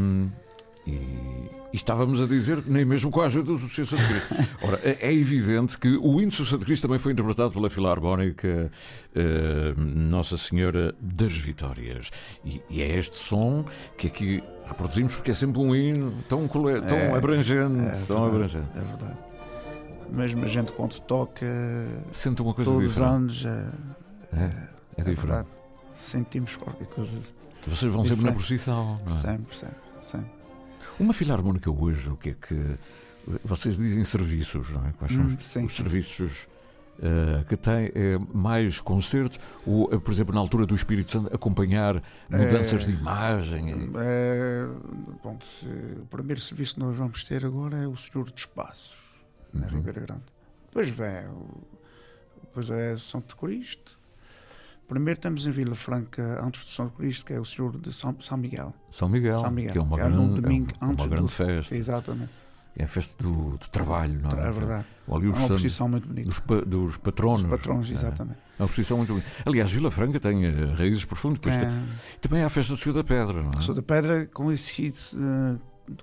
Speaker 6: e, e estávamos a dizer, nem mesmo com a ajuda do Sr. Santo Cristo. Ora, é evidente que o Índice Santo Cristo também foi interpretado pela Filarmónica eh, Nossa Senhora das Vitórias. E, e, é este som que aqui reproduzimos porque é sempre um hino tão, cole... tão
Speaker 7: É,
Speaker 6: abrangente.
Speaker 7: é
Speaker 6: tão
Speaker 7: verdade,
Speaker 6: abrangente.
Speaker 7: É verdade. Mesmo a gente quando toca.
Speaker 6: Sente uma coisa
Speaker 7: Todos os
Speaker 6: diferente.
Speaker 7: anos. É,
Speaker 6: É, é diferente.
Speaker 7: verdade. Sentimos qualquer coisa.
Speaker 6: Vocês vão sempre na
Speaker 7: diferente.
Speaker 6: procissão, não é?
Speaker 7: Sempre, sempre, sempre.
Speaker 6: Uma filarmónica hoje, o que é que. Vocês dizem serviços, não é? Quais são
Speaker 7: Hum,
Speaker 6: os,
Speaker 7: sim,
Speaker 6: os
Speaker 7: sim.
Speaker 6: serviços eh, que têm eh, mais concertos? Ou, eh, por exemplo, na altura do Espírito Santo, acompanhar mudanças
Speaker 7: É,
Speaker 6: de imagem? eh?
Speaker 7: é, pronto, se- o primeiro serviço que nós vamos ter agora é o Senhor dos Passos, na
Speaker 6: Uhum.
Speaker 7: Ribeira Grande. Depois vem, o- depois é Santo Cristo. Primeiro temos em Vila Franca, antes de São Cristo, que é o Senhor de São, São Miguel.
Speaker 6: São Miguel,
Speaker 7: São Miguel,
Speaker 6: que é uma
Speaker 7: que é
Speaker 6: grande,
Speaker 7: num domingo
Speaker 6: é uma,
Speaker 7: antes
Speaker 6: grande
Speaker 7: do-
Speaker 6: festa.
Speaker 7: Exatamente.
Speaker 6: É a festa do, do trabalho, não é?
Speaker 7: É verdade.
Speaker 6: Ali
Speaker 7: É
Speaker 6: os
Speaker 7: uma
Speaker 6: santos-
Speaker 7: posição muito bonita.
Speaker 6: Dos, pa- dos patronos.
Speaker 7: Os patronos,
Speaker 6: não é?
Speaker 7: exatamente.
Speaker 6: É uma posição muito bonita. Aliás, Vila Franca tem eh, raízes profundas. Depois
Speaker 7: É.
Speaker 6: tem- Também há a festa do Senhor da Pedra, não é?
Speaker 7: Sou da Pedra coincide eh,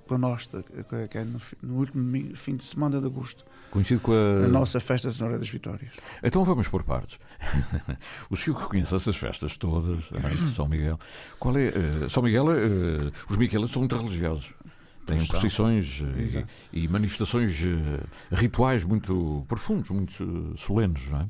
Speaker 7: com a nossa, que- que é no, fi- no último domingo- fim de semana de agosto,
Speaker 6: Conhecido com
Speaker 7: a nossa festa da Senhora das Vitórias.
Speaker 6: Então vamos por partes. o senhor que conhece essas festas todas, a noite de São Miguel, qual é? eh, São Miguel, eh, os Miquelas são muito religiosos. Têm
Speaker 7: Estão.
Speaker 6: procissões eh,
Speaker 7: Exato.
Speaker 6: e, e manifestações eh, rituais muito profundos, muito eh, solenes, não é?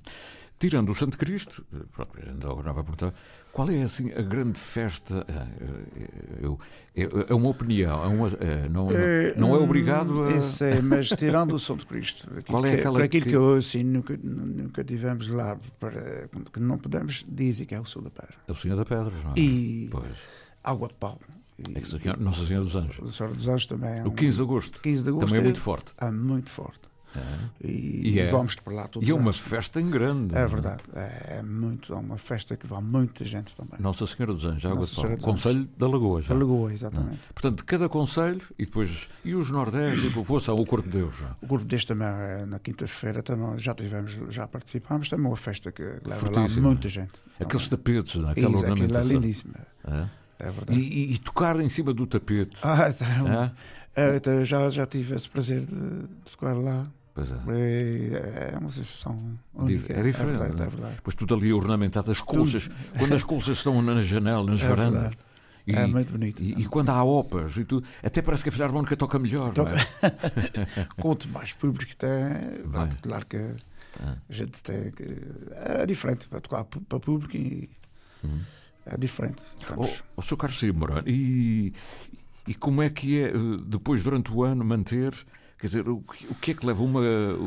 Speaker 6: Tirando o Santo Cristo, eh, pronto, a gente agora não vai perguntar, qual é assim a grande festa? Ah, eh, eu- eu- é uma opinião, é uma- eh, não,
Speaker 7: Eh,
Speaker 6: não é
Speaker 7: hum,
Speaker 6: obrigado a.
Speaker 7: Eu sei, mas tirando o Santo Cristo, aquilo
Speaker 6: Qual é
Speaker 7: que,
Speaker 6: aquela
Speaker 7: por aquilo
Speaker 6: que-
Speaker 7: que, eu assim nunca, nunca tivemos lá, para, que não podemos, dizem que é o Sul da Pedra.
Speaker 6: É o Senhor da Pedra, não é?
Speaker 7: E
Speaker 6: Pois.
Speaker 7: Água de Pau.
Speaker 6: É que Senhor- Nossa Senhora dos Anjos.
Speaker 7: O Senhor dos Anjos também é
Speaker 6: O
Speaker 7: um-
Speaker 6: 15 de agosto.
Speaker 7: 15 de agosto
Speaker 6: Também é
Speaker 7: é-
Speaker 6: muito forte.
Speaker 7: É muito forte.
Speaker 6: É.
Speaker 7: E,
Speaker 6: é-
Speaker 7: vamos para lá todos
Speaker 6: E é
Speaker 7: os
Speaker 6: uma
Speaker 7: anos.
Speaker 6: festa em grande. não
Speaker 7: É verdade. É, é muito, é uma festa que vai muita gente também.
Speaker 6: Nossa Senhora dos Anjos, Água
Speaker 7: Nossa
Speaker 6: de Pau.
Speaker 7: Senhora dos
Speaker 6: Conselho da Lagoa, já.
Speaker 7: Da Lagoa, exatamente.
Speaker 6: Não é? Portanto, cada conselho e depois. E os Nordés e povoação, o Corpo de Deus, já.
Speaker 7: O grupo deste também, eh, na quinta-feira, também já tivemos, já participámos, também é uma festa que leva
Speaker 6: Fortíssimo.
Speaker 7: lá muita gente.
Speaker 6: Aqueles tapetes, não é? aquela
Speaker 7: Isso, aquilo é
Speaker 6: ornamentação.
Speaker 7: lindíssimo.
Speaker 6: É?
Speaker 7: É verdade.
Speaker 6: E, e- e tocar em cima do tapete.
Speaker 7: Ah, então,
Speaker 6: É?
Speaker 7: eh, então eu já, já tive esse prazer de, de tocar lá.
Speaker 6: Pois é.
Speaker 7: É, é uma sensação única.
Speaker 6: É diferente.
Speaker 7: É verdade,
Speaker 6: não
Speaker 7: é verdade.
Speaker 6: Pois tudo ali ornamentado, as colchas. Quando as colchas estão na janela, nas
Speaker 7: É
Speaker 6: varandas.
Speaker 7: verdade. É muito bonito.
Speaker 6: E, e quando há opas, e tudo, até parece que a Filha Harmónica toca melhor. não é?
Speaker 7: Quanto mais público que tem,
Speaker 6: Vai. É.
Speaker 7: claro que a gente tem. que- É diferente para tocar pu- para público e.
Speaker 6: Uhum.
Speaker 7: É diferente.
Speaker 6: O,
Speaker 7: Estamos-
Speaker 6: o Oh, Sr. Carlos Simora, e, e como é que é eh, depois, durante o ano, manter. Quer dizer, o que, o que é que leva uma,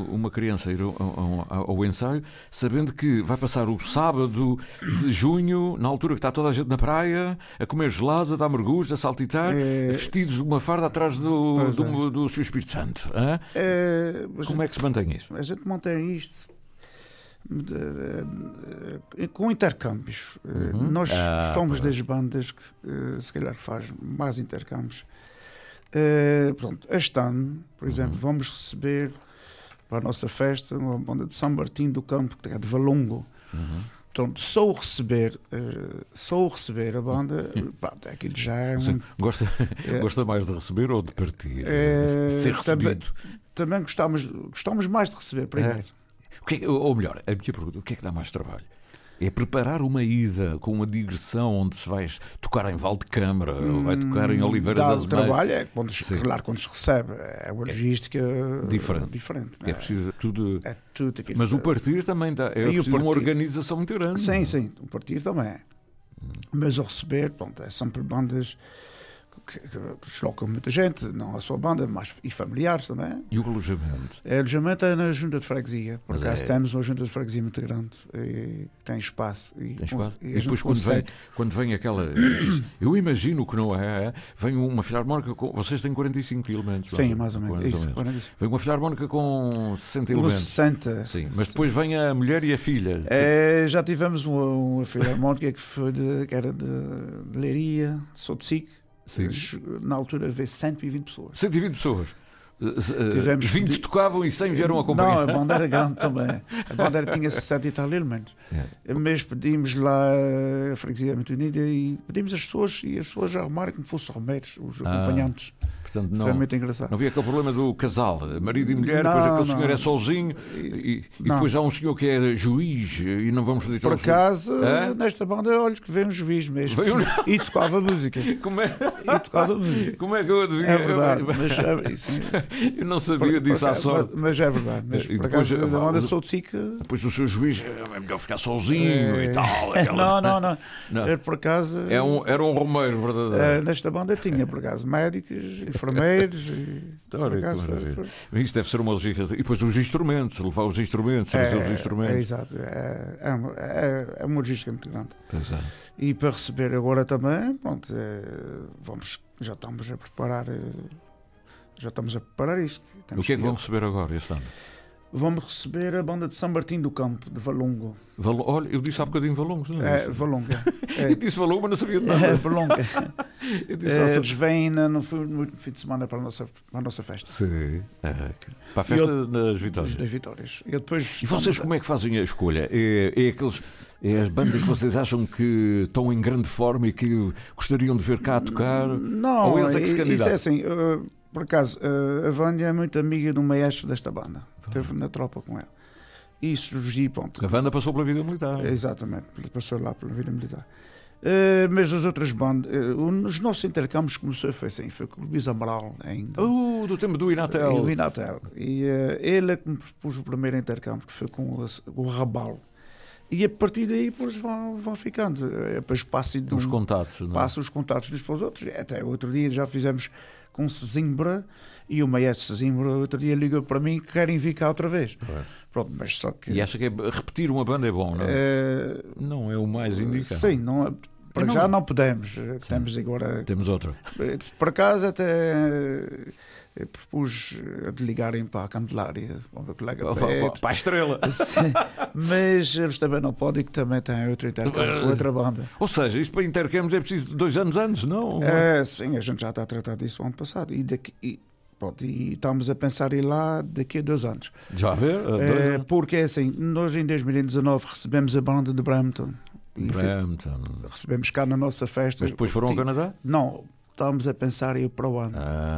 Speaker 6: uma criança a ir ao, ao- ao ensaio sabendo que vai passar o sábado de junho, na altura que está toda a gente na praia, a comer gelado, a dar mergulhos, a saltitar, vestidos de uma farda atrás do,
Speaker 7: É. Pois
Speaker 6: do,
Speaker 7: é.
Speaker 6: do, seu Espírito Santo? hã?
Speaker 7: É, mas
Speaker 6: como é que se mantém isso?
Speaker 7: A gente mantém isto de- de- de- com intercâmbios. Eh,
Speaker 6: Uhum.
Speaker 7: Nós
Speaker 6: Ah,
Speaker 7: somos
Speaker 6: pois.
Speaker 7: das bandas que eh, se calhar faz mais intercâmbios. Eh, pronto, este ano, por
Speaker 6: Uhum.
Speaker 7: exemplo, vamos receber para a nossa festa uma banda de São Martim do Campo, que é de Valongo.
Speaker 6: Uhum.
Speaker 7: Portanto, só o receber, eh, só o receber a banda, pá, aquilo já é um
Speaker 6: Sim, gosta,
Speaker 7: É.
Speaker 6: gosta mais de receber ou de partir?
Speaker 7: eh,
Speaker 6: de ser
Speaker 7: também-
Speaker 6: recebido? É.
Speaker 7: Também gostamos, gostamos mais de receber primeiro.
Speaker 6: O que é que- ou melhor, a minha pergunta, o que é que dá mais trabalho? É preparar uma ida com uma digressão onde se vai tocar em Val de Câmara ou vai tocar em Oliveira
Speaker 7: Hum, Dá
Speaker 6: das Mães.
Speaker 7: o trabalho, é quando se,
Speaker 6: Sim.
Speaker 7: claro, quando se recebe, é uma logística eh,
Speaker 6: Diferente.
Speaker 7: diferente né?
Speaker 6: É preciso tudo.
Speaker 7: É tudo aquilo
Speaker 6: Mas o
Speaker 7: que-
Speaker 6: partir também dá. É
Speaker 7: E o
Speaker 6: preciso uma
Speaker 7: partir-
Speaker 6: organização muito grande.
Speaker 7: Sim, sim, o partir também é.
Speaker 6: Hum.
Speaker 7: Mas o receber, pronto, é sempre bandas que, que, que deslocam muita gente, não a sua banda, mas e familiares também.
Speaker 6: E o alojamento.
Speaker 7: É, Alojamento é na junta de freguesia, por
Speaker 6: Mas
Speaker 7: acaso
Speaker 6: é-
Speaker 7: temos uma junta de freguesia muito grande e tem espaço. E,
Speaker 6: Tem espaço.
Speaker 7: e a
Speaker 6: E,
Speaker 7: gente
Speaker 6: depois quando vem,
Speaker 7: consegue-
Speaker 6: quando vem aquela. Eu imagino que não é. é, Vem uma filharmónica com. Vocês têm 45 elementos.
Speaker 7: Sim,
Speaker 6: não é?
Speaker 7: mais ou menos, isso, 45.
Speaker 6: Vem uma filharmónica com 60
Speaker 7: Com
Speaker 6: elementos.
Speaker 7: 60.
Speaker 6: Sim, mas depois vem a mulher e a filha.
Speaker 7: É, já tivemos uma, uma filarmónica que, foi de, que era de, de Leiria, de Sotsic.
Speaker 6: Sim.
Speaker 7: Na altura havia 120 pessoas.
Speaker 6: 120 pessoas. Eh, eh,
Speaker 7: Tivemos
Speaker 6: 20
Speaker 7: pedi-
Speaker 6: tocavam e 100 vieram acompanhar.
Speaker 7: Não, é a bandeira grande também. A bandeira tinha 60 e tal elementos.
Speaker 6: É.
Speaker 7: Mas pedimos lá a Freguesia Muito Unida e pedimos as pessoas e as pessoas arrumaram como fossem romeiros, os
Speaker 6: Ah,
Speaker 7: acompanhantes.
Speaker 6: Portanto, não,
Speaker 7: Foi muito engraçado.
Speaker 6: não havia aquele problema do casal, marido e mulher,
Speaker 7: Não,
Speaker 6: depois aquele
Speaker 7: não.
Speaker 6: senhor é sozinho e, e
Speaker 7: Não.
Speaker 6: depois há um senhor que é juiz e não vamos dizer
Speaker 7: Por
Speaker 6: ao senhor.
Speaker 7: acaso,
Speaker 6: Hã?
Speaker 7: nesta banda, olha que veio um juiz mesmo.
Speaker 6: Veio É? um-
Speaker 7: E tocava música.
Speaker 6: Como é?
Speaker 7: E tocava música.
Speaker 6: Como é que eu adivinhei?
Speaker 7: É verdade, mas é, isso-
Speaker 6: Eu não sabia
Speaker 7: Por- por
Speaker 6: disso à
Speaker 7: acaso-
Speaker 6: sorte.
Speaker 7: Mas, mas é verdade. Mas
Speaker 6: E
Speaker 7: por
Speaker 6: depois,
Speaker 7: acaso,
Speaker 6: eh,
Speaker 7: da banda
Speaker 6: o-
Speaker 7: sou de si que-
Speaker 6: Depois o seu juiz "Ah, é melhor ficar sozinho e
Speaker 7: Eh,
Speaker 6: tal. aquela-
Speaker 7: Não, não, não.
Speaker 6: Não.
Speaker 7: Era por acaso.
Speaker 6: É um, era um romeiro verdadeiro.
Speaker 7: eh, nesta banda tinha, por acaso, médicos, enfermeiros. E, por
Speaker 6: Então, Olha, que
Speaker 7: acaso,
Speaker 6: maravilha.
Speaker 7: por-
Speaker 6: Isso deve ser uma logística. E depois os instrumentos, levar os instrumentos, trazer os
Speaker 7: é,
Speaker 6: instrumentos.
Speaker 7: é, exato. É, é, uma- é, é uma logística muito grande.
Speaker 6: Pois é.
Speaker 7: E para receber agora também, pronto, eh, vamos, já estamos a preparar. eh, Já estamos a preparar isto.
Speaker 6: O
Speaker 7: Temos
Speaker 6: que é que vão receber agora este ano?
Speaker 7: Vamos receber a banda de São Martim do Campo, de Valongo.
Speaker 6: Valo- Olha, eu disse há bocadinho Valongos, não
Speaker 7: É,
Speaker 6: disse?
Speaker 7: Valonga.
Speaker 6: Eu disse Valongo, mas não sabia de nada.
Speaker 7: É, Valonga.
Speaker 6: Eu disse ao
Speaker 7: Eh,
Speaker 6: senhor-
Speaker 7: Eles vêm na- no, fim- no fim de semana para a nossa, para a nossa festa.
Speaker 6: Sim. É, Para a festa
Speaker 7: E eu-
Speaker 6: das vitórias.
Speaker 7: Das vitórias. Eu depois
Speaker 6: E vocês como é que fazem a escolha? É, é aqueles. É as bandas que vocês acham que estão em grande forma e que gostariam de ver cá a tocar?
Speaker 7: Não,
Speaker 6: Ou eles é que se
Speaker 7: i- isso
Speaker 6: candidatam?
Speaker 7: é assim. eh, por acaso, eh, a Vânia é muito amiga do maestro desta banda.
Speaker 6: Ah.
Speaker 7: Esteve na tropa com ela. E surgi, pronto.
Speaker 6: A banda passou pela vida militar.
Speaker 7: Exatamente, passou lá pela vida militar. Eh, mas as outras bandas, eh, o- os nossos intercâmbios começou foi assim, foi com o Luís Amaral ainda.
Speaker 6: Uh, do tempo do Inatel.
Speaker 7: E é o Inatel. E eh, ele é que me propôs o primeiro intercâmbio, que foi com o, com o Rabal. E a partir daí, pois, vão, vão ficando. É, Depois passo de
Speaker 6: Os
Speaker 7: um-
Speaker 6: contatos, não é?
Speaker 7: Passo os contatos uns para os outros. Até outro dia já fizemos com Sesimbra e o maestro de Sesimbra outro dia ligou para mim que querem vir cá outra vez. Pronto, mas só que...
Speaker 6: E acha que é- repetir uma banda é bom, não é?
Speaker 7: eh,
Speaker 6: Não é o mais indicado.
Speaker 7: Sim, não, é- para
Speaker 6: Eu não-
Speaker 7: já não podemos. Temos agora...
Speaker 6: Temos outra.
Speaker 7: Por acaso até eh, propus eh, de ligarem para a Candelária, ao meu colega
Speaker 6: Para- para-
Speaker 7: Pedro.
Speaker 6: para a Estrela.
Speaker 7: Sim, mas eles também não podem, que também têm outro intercâmbio, com outra banda.
Speaker 6: Ou seja, isto para intercâmbios é preciso dois anos antes, não?
Speaker 7: É, sim, a gente já está a tratar disso o ano passado. E, daqui, e, pronto, e estamos a pensar em ir lá daqui a dois anos.
Speaker 6: Já vê? Há dois
Speaker 7: É,
Speaker 6: anos.
Speaker 7: porque é assim, nós em 2019 recebemos a banda de Brampton. E fi-
Speaker 6: Brampton.
Speaker 7: Recebemos cá na nossa festa.
Speaker 6: Mas depois foram ao
Speaker 7: Ti-
Speaker 6: Canadá? Ah,
Speaker 7: Não, estávamos a pensar em ir para o ano,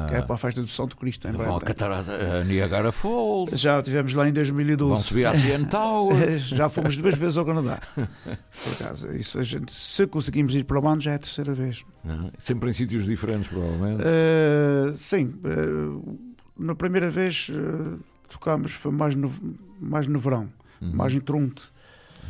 Speaker 7: que é para a festa do São de Cristo em
Speaker 6: Vão a
Speaker 7: Brampton.
Speaker 6: Catarata, a Niagara Falls.
Speaker 7: Já estivemos lá em 2012.
Speaker 6: Vão subir à CN Tower.
Speaker 7: já fomos duas vezes ao Canadá. Por acaso, isso a gente, se conseguimos ir para o ano, já é a terceira vez.
Speaker 6: Não, é? Sempre em sítios diferentes, provavelmente.
Speaker 7: Eh, sim, eh, na primeira vez eh, tocámos foi mais no, mais no verão,
Speaker 6: Uhum.
Speaker 7: mais em Tronte.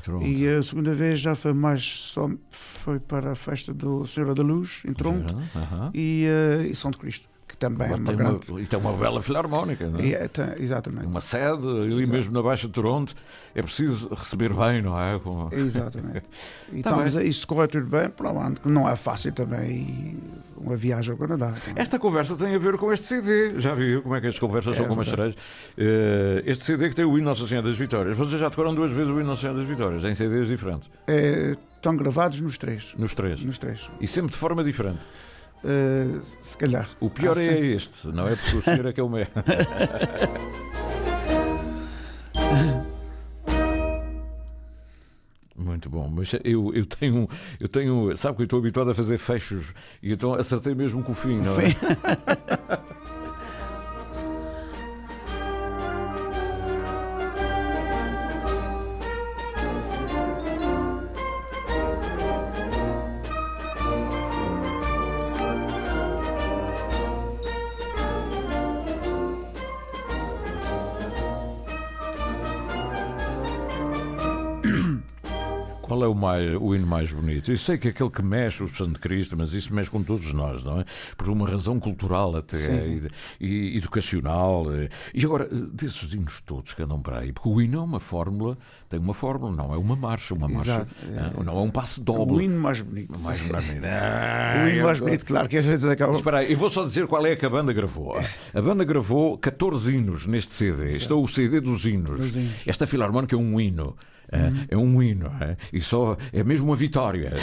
Speaker 6: Tronte.
Speaker 7: É, E a segunda vez já foi mais só foi para a festa do Senhora da Luz em Tronte
Speaker 6: aham.
Speaker 7: e, eh, e São de Cristo, que também é
Speaker 6: Uhum. Mas
Speaker 7: uma
Speaker 6: tem
Speaker 7: grande.
Speaker 6: uma, isto é uma bela filarmónica, não é?
Speaker 7: E é, tem- exatamente.
Speaker 6: Uma sede, ali mesmo na Baixa de Toronto, é preciso receber bem, não é? Com-
Speaker 7: Exatamente. E
Speaker 6: Tá
Speaker 7: estamos
Speaker 6: bem.
Speaker 7: a, isso corre tudo bem, para onde que não é fácil também uma viagem ao Canadá.
Speaker 6: Esta conversa tem a ver com este CD. Já viu como é que as conversas são
Speaker 7: É
Speaker 6: como as sereias?
Speaker 7: verdade.
Speaker 6: Eh, este CD que tem o hino Nossa Senhora das Vitórias. Vocês já tocaram duas vezes o hino Nossa Senhora das Vitórias, em CDs diferentes,
Speaker 7: Eh, estão gravados nos três.
Speaker 6: nos três.
Speaker 7: Nos três.
Speaker 6: E sempre de forma diferente.
Speaker 7: Eh, se calhar.
Speaker 6: O pior
Speaker 7: Ah,
Speaker 6: é
Speaker 7: sim.
Speaker 6: este, não é? Porque o senhor é que é o meu. Muito bom, mas eu, eu tenho. Eu tenho. Sabe que eu estou habituado a fazer fechos e então acertei mesmo com o fim, não é? Qual é o, mais, o hino mais bonito? Eu sei que é aquele que mexe o Santo Cristo, mas isso mexe com todos nós, não é? Por uma razão cultural até
Speaker 14: Sim, sim.
Speaker 6: e de- E, educacional. eh. E agora, eh, desses hinos todos que andam para aí, porque o hino é uma fórmula, tem uma fórmula, não é uma marcha, uma marcha,
Speaker 7: Exato, é.
Speaker 6: eh, não é um passo doble.
Speaker 7: O hino mais bonito.
Speaker 6: Mais é. bonito.
Speaker 7: o hino mais bonito, claro, que às vezes acaba.
Speaker 6: Espera aí, eu vou só dizer qual é que a banda gravou. A banda gravou 14 hinos neste CD. Este é o CD dos hinos.
Speaker 7: Dos hinos.
Speaker 6: Esta filarmónica é um hino. É, é um hino, é? e só é mesmo uma vitória.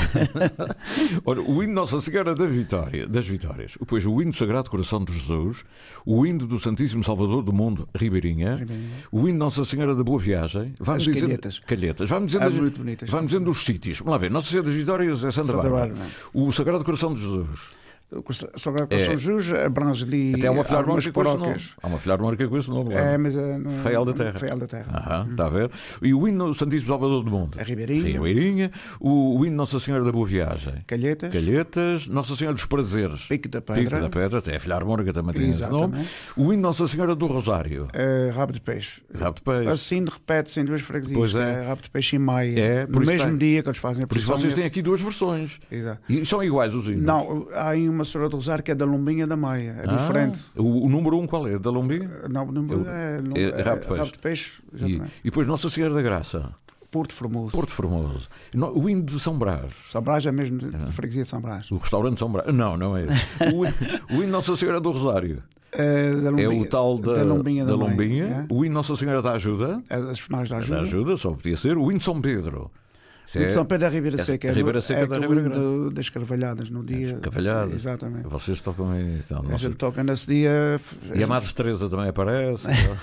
Speaker 6: Ora, o hino Nossa Senhora da Vitória, das Vitórias, depois o hino do Sagrado Coração de Jesus, o hino do Santíssimo Salvador do Mundo, Ribeirinha,
Speaker 7: Ribeirinha.
Speaker 6: o hino Nossa Senhora da Boa Viagem, vamos
Speaker 7: As
Speaker 6: dizer
Speaker 7: calhetas.
Speaker 6: calhetas. Vamos dizendo,
Speaker 7: Ah,
Speaker 6: as-
Speaker 7: muito bonitas.
Speaker 6: vamos dizendo os sítios. Vamos lá ver, Nossa Senhora das Vitórias é Santa,
Speaker 7: Santa
Speaker 6: Bárbara.
Speaker 7: Bárbara.
Speaker 6: O Sagrado Coração de Jesus.
Speaker 7: O Coração- Sagrado
Speaker 6: É.
Speaker 7: Coração de Jesus abrange ali
Speaker 6: Até há uma
Speaker 7: algumas
Speaker 6: filarmónica com esse nome.
Speaker 7: paróquias.
Speaker 6: Há uma filarmónica com esse nome. lá.
Speaker 7: É, mas é, não-
Speaker 6: Feial da Terra. Ah.
Speaker 7: Feial da Terra.
Speaker 6: Aham, está a ver? E o hino do Santíssimo Salvador do Mundo. A
Speaker 7: Ribeirinha.
Speaker 6: Ribeirinha. O, o hino Nossa Senhora da Boa Viagem.
Speaker 7: Calhetas.
Speaker 6: Calhetas. Nossa Senhora dos Prazeres. Pico da
Speaker 7: Pedra.
Speaker 6: Pico da Pedra. Até a filarmónica também tem esse nome.
Speaker 7: Exatamente.
Speaker 6: O hino Nossa Senhora do Rosário.
Speaker 7: Eh, rabo de peixe.
Speaker 6: Rabo de Peixe.
Speaker 7: Assim de repente, em duas freguesias. eh,
Speaker 6: Pois é.
Speaker 7: Rabo de peixe e maia.
Speaker 6: É, por
Speaker 7: no
Speaker 6: isso
Speaker 7: mesmo
Speaker 6: tem-
Speaker 7: dia que eles fazem a
Speaker 6: Por isso
Speaker 7: procissão
Speaker 6: vocês
Speaker 7: e-
Speaker 6: têm aqui duas versões.
Speaker 7: Exato.
Speaker 6: E são iguais os hinos.
Speaker 7: Não, há aí uma Senhora do Rosário que é da Lombinha e da Maia. É
Speaker 6: Ah,
Speaker 7: diferente.
Speaker 6: O, o número um qual é? Da Lombinha?
Speaker 7: Não, o número é- não- é-
Speaker 6: Rabo de Peixe.
Speaker 7: Rabo de Peixe,
Speaker 6: e,
Speaker 7: exatamente.
Speaker 6: e depois Nossa Senhora da Graça.
Speaker 7: Porto Formoso.
Speaker 6: Porto Formoso. No- O hino de São Brás.
Speaker 7: São Brás é mesmo de, de freguesia de São Brás.
Speaker 6: O restaurante São Brás. Não, não é. esse. O, hino- o hino Nossa Senhora do Rosário.
Speaker 7: Eh, da
Speaker 6: É
Speaker 7: Lombinha-
Speaker 6: o tal da,
Speaker 7: da Lombinha da Mãe,
Speaker 6: Lombinha.
Speaker 7: é?
Speaker 6: O hino Nossa Senhora da Ajuda.
Speaker 7: É das finais da
Speaker 6: É
Speaker 7: ajuda.
Speaker 6: Da Ajuda, só podia ser. O hino de São Pedro. Isso
Speaker 7: O
Speaker 6: é-
Speaker 7: de São Pedro da Ribeira
Speaker 6: é-
Speaker 7: Seca.
Speaker 6: é Ribeira Seca
Speaker 7: é
Speaker 6: da
Speaker 7: o
Speaker 6: Ribeira
Speaker 7: hino
Speaker 6: Grande.
Speaker 7: do- das Carvalhadas no dia.
Speaker 6: Cavalhada.
Speaker 7: Exatamente. É
Speaker 6: Vocês tocam aí. Então,
Speaker 7: A
Speaker 6: nossa...
Speaker 7: gente toca nesse dia. é,
Speaker 6: E a Madre Teresa também aparece. então. e o hino
Speaker 7: Tá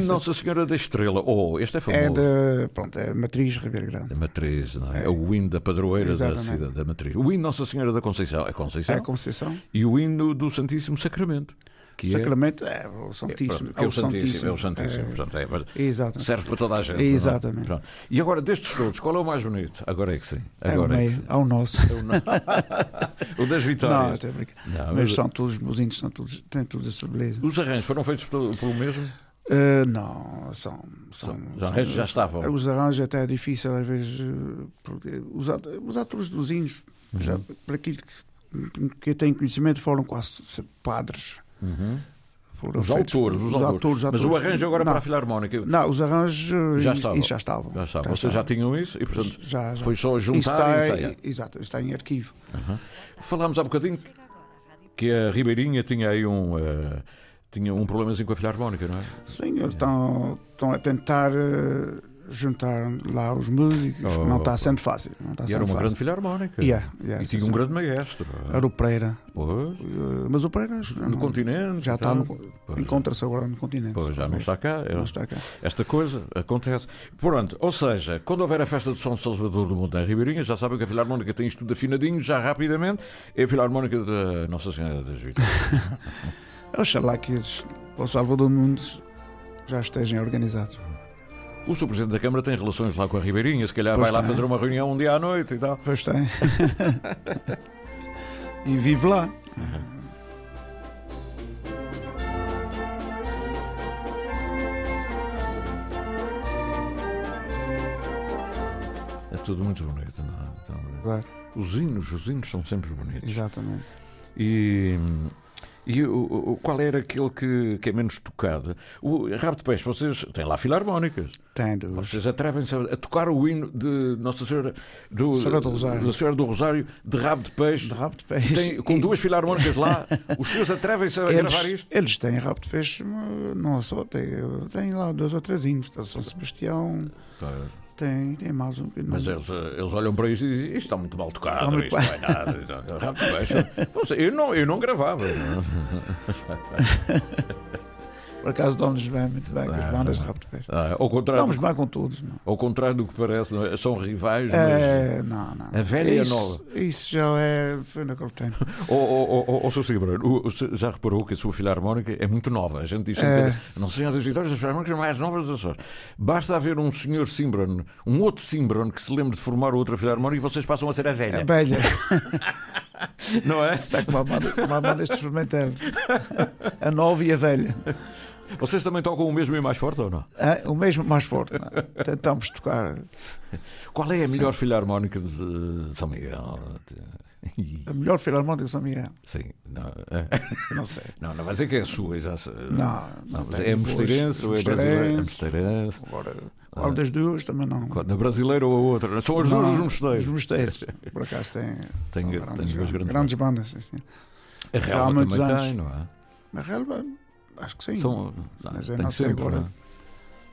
Speaker 7: certo.
Speaker 6: Nossa Senhora da Estrela. Oh, este é famoso.
Speaker 7: É da. Pronto, é Matriz Ribeira Grande.
Speaker 6: Da Matriz, não é? É o hino da padroeira da
Speaker 7: Exatamente.
Speaker 6: cidade da Matriz. O hino Nossa Senhora da Conceição. É Conceição.
Speaker 7: É a Conceição.
Speaker 6: E o hino do Santíssimo Sacramento. Que
Speaker 7: Sacramento é o Santíssimo.
Speaker 6: É, pronto, que é o Santíssimo. É o Santíssimo.
Speaker 7: É.
Speaker 6: portanto, é, mas
Speaker 7: Exatamente.
Speaker 6: Serve para toda a gente. não é?
Speaker 7: Exatamente.
Speaker 6: Pronto. E agora, destes todos, qual é o mais bonito? Agora é que sim.
Speaker 7: É
Speaker 6: Agora
Speaker 7: o
Speaker 6: é que
Speaker 7: meio,
Speaker 6: sim.
Speaker 7: é o nosso.
Speaker 6: É o no- O das vitórias.
Speaker 7: Não, estou a brincar.
Speaker 6: Não,
Speaker 7: mas
Speaker 6: mas-
Speaker 7: são todos os meus índios, são todos, têm toda a sua beleza.
Speaker 6: Os arranjos foram feitos pelo, pelo mesmo?
Speaker 7: Uh, não, são. são
Speaker 6: os arranjos já estavam.
Speaker 7: Os arranjos até é difícil, às vezes. uh, porque Os, at- os atores dozinhos,
Speaker 6: Uhum.
Speaker 7: já, para aquilo que, que eu tenho conhecimento, foram quase se- padres.
Speaker 6: Uhum.
Speaker 7: Foram
Speaker 6: Os
Speaker 7: feitos-
Speaker 6: autores, os autores. Mas o
Speaker 7: atores.
Speaker 6: arranjo agora é
Speaker 7: Não.
Speaker 6: para a Filarmónica.
Speaker 7: Não, os arranjos
Speaker 6: Já
Speaker 7: i-
Speaker 6: estavam.
Speaker 7: isso já estavam.
Speaker 6: Já estavam. Vocês já tinham isso e, portanto,
Speaker 7: Já- já.
Speaker 6: foi só
Speaker 7: Isso
Speaker 6: juntar e
Speaker 7: está-
Speaker 6: ensaiar.
Speaker 7: Exato, está em arquivo.
Speaker 6: Uhum. Falámos há bocadinho que a Ribeirinha tinha aí um, eh, tinha um problemazinho com a Filarmónica, não é?
Speaker 7: Sim, eles estão, estão a tentar eh, juntar lá os músicos.
Speaker 6: Oh,
Speaker 7: não está
Speaker 6: pá.
Speaker 7: sendo fácil. Não está
Speaker 6: E
Speaker 7: sendo
Speaker 6: era uma
Speaker 7: fácil.
Speaker 6: grande filarmónica.
Speaker 7: é Yeah, yeah,
Speaker 6: e
Speaker 7: sim, Ah,
Speaker 6: tinha um
Speaker 7: sim.
Speaker 6: grande maestro.
Speaker 7: Era o Pereira.
Speaker 6: Pois.
Speaker 7: Eh, Mas o Pereira.
Speaker 6: No continente.
Speaker 7: Já está.
Speaker 6: então.
Speaker 7: no- Encontra-se agora no continente.
Speaker 6: Pois, já não está cá. é um-
Speaker 7: Não está cá.
Speaker 6: Esta coisa acontece. Pronto, ou seja, quando houver a festa do São Salvador do Monte em Ribeirinha, já sabem que a Filarmónica tem isto tudo afinadinho, já rapidamente. É a Filarmónica da Nossa Senhora das Vitórias.
Speaker 7: Oxalá que eles, o Salvador Nunes, já estejam organizados.
Speaker 6: o Sr. Presidente da Câmara tem relações lá com a Ribeirinha, se calhar
Speaker 7: Pois
Speaker 6: vai lá
Speaker 7: tem.
Speaker 6: fazer uma reunião um dia à noite e tal.
Speaker 7: Pois tem. e vive lá.
Speaker 6: É tudo muito bonito, não é? Então,
Speaker 7: Claro.
Speaker 6: Os hinos, os hinos são sempre bonitos.
Speaker 7: Exatamente.
Speaker 6: E, e o, o- qual era aquele que, que é menos tocado? O Rabo de Peixe, vocês têm lá filarmónicas.
Speaker 7: Tem,
Speaker 6: Vocês atrevem-se a, a tocar o hino de Nossa Senhora do,
Speaker 7: Senhora do Rosário.
Speaker 6: da Senhora do Rosário de Rabo de Peixe. De
Speaker 7: Rabo de Peixe.
Speaker 6: com duas filarmónicas lá. Os senhores atrevem-se a gravar isto?
Speaker 7: eles têm rabo de peixe, mas não é só, tem, tem lá dois ou três hinos. Tem São Sebastião, tem, tem mais um. que não-
Speaker 6: Tá. Mas eles, eh, eles olham para isto e dizem: Isto está muito mal tocado,
Speaker 7: Está muito
Speaker 6: isto não é nada. isto- Rabo de Peixe. Não sei, eu, não, eu não é? gravava.
Speaker 7: Por acaso dão-nos bem, muito bem, com as
Speaker 6: Ah,
Speaker 7: bandas de rabo de peixe.
Speaker 6: Ah, ao contrário.
Speaker 7: Damos bem com todos. Não.
Speaker 6: Ao contrário do que parece, não é? são rivais, mas
Speaker 7: É, não, não.
Speaker 6: a velha e a
Speaker 7: Isso-
Speaker 6: nova.
Speaker 7: Isso já é, foi naquele tempo.
Speaker 6: Ó oh, oh, oh, Sr. Seabra, o- o se- já reparou que a sua filarmónica é muito nova. A gente diz sempre,
Speaker 7: É.
Speaker 6: que a não sei as vitórias das filarmónicas mais novas das Açores. Basta haver um senhor Simbron, um outro Simbron que se lembre de formar outra filarmónica e vocês passam a ser a velha.
Speaker 7: É velha.
Speaker 6: Não é?
Speaker 7: Isso é como a banda, como a banda este experimental. A nova e a velha.
Speaker 6: Vocês também tocam o mesmo e mais forte ou não?
Speaker 7: É, o mesmo mais forte. não é? Tentamos tocar.
Speaker 6: Qual é a
Speaker 7: Sim.
Speaker 6: melhor filarmónica de de São Miguel?
Speaker 7: A melhor filarmónica de São Miguel.
Speaker 6: Sim, não, é.
Speaker 7: Não sei.
Speaker 6: Não, não vai dizer que é a sua, já sei.
Speaker 7: Não,
Speaker 6: Não, mas
Speaker 7: tem
Speaker 6: é mosteirense ou é
Speaker 7: boas.
Speaker 6: brasileiro? É
Speaker 7: Mosteirense.
Speaker 6: mosteirense.
Speaker 7: Qual das duas tambas não.
Speaker 6: Qual- Na brasileira ou a outra? é? São as duas
Speaker 7: Não,
Speaker 6: os mosteiros.
Speaker 7: Os mosteiros. Por acaso tem.
Speaker 6: Tem-
Speaker 7: são
Speaker 6: tem duas grandes
Speaker 7: bandas. sim, sim.
Speaker 6: A
Speaker 7: Já há
Speaker 6: relva
Speaker 7: muitos
Speaker 6: também
Speaker 7: anos.
Speaker 6: tem, não é?
Speaker 7: A relva, acho que sim.
Speaker 6: São-
Speaker 7: Mas eu
Speaker 6: tem
Speaker 7: não sei
Speaker 6: sempre,
Speaker 7: agora.
Speaker 6: não é?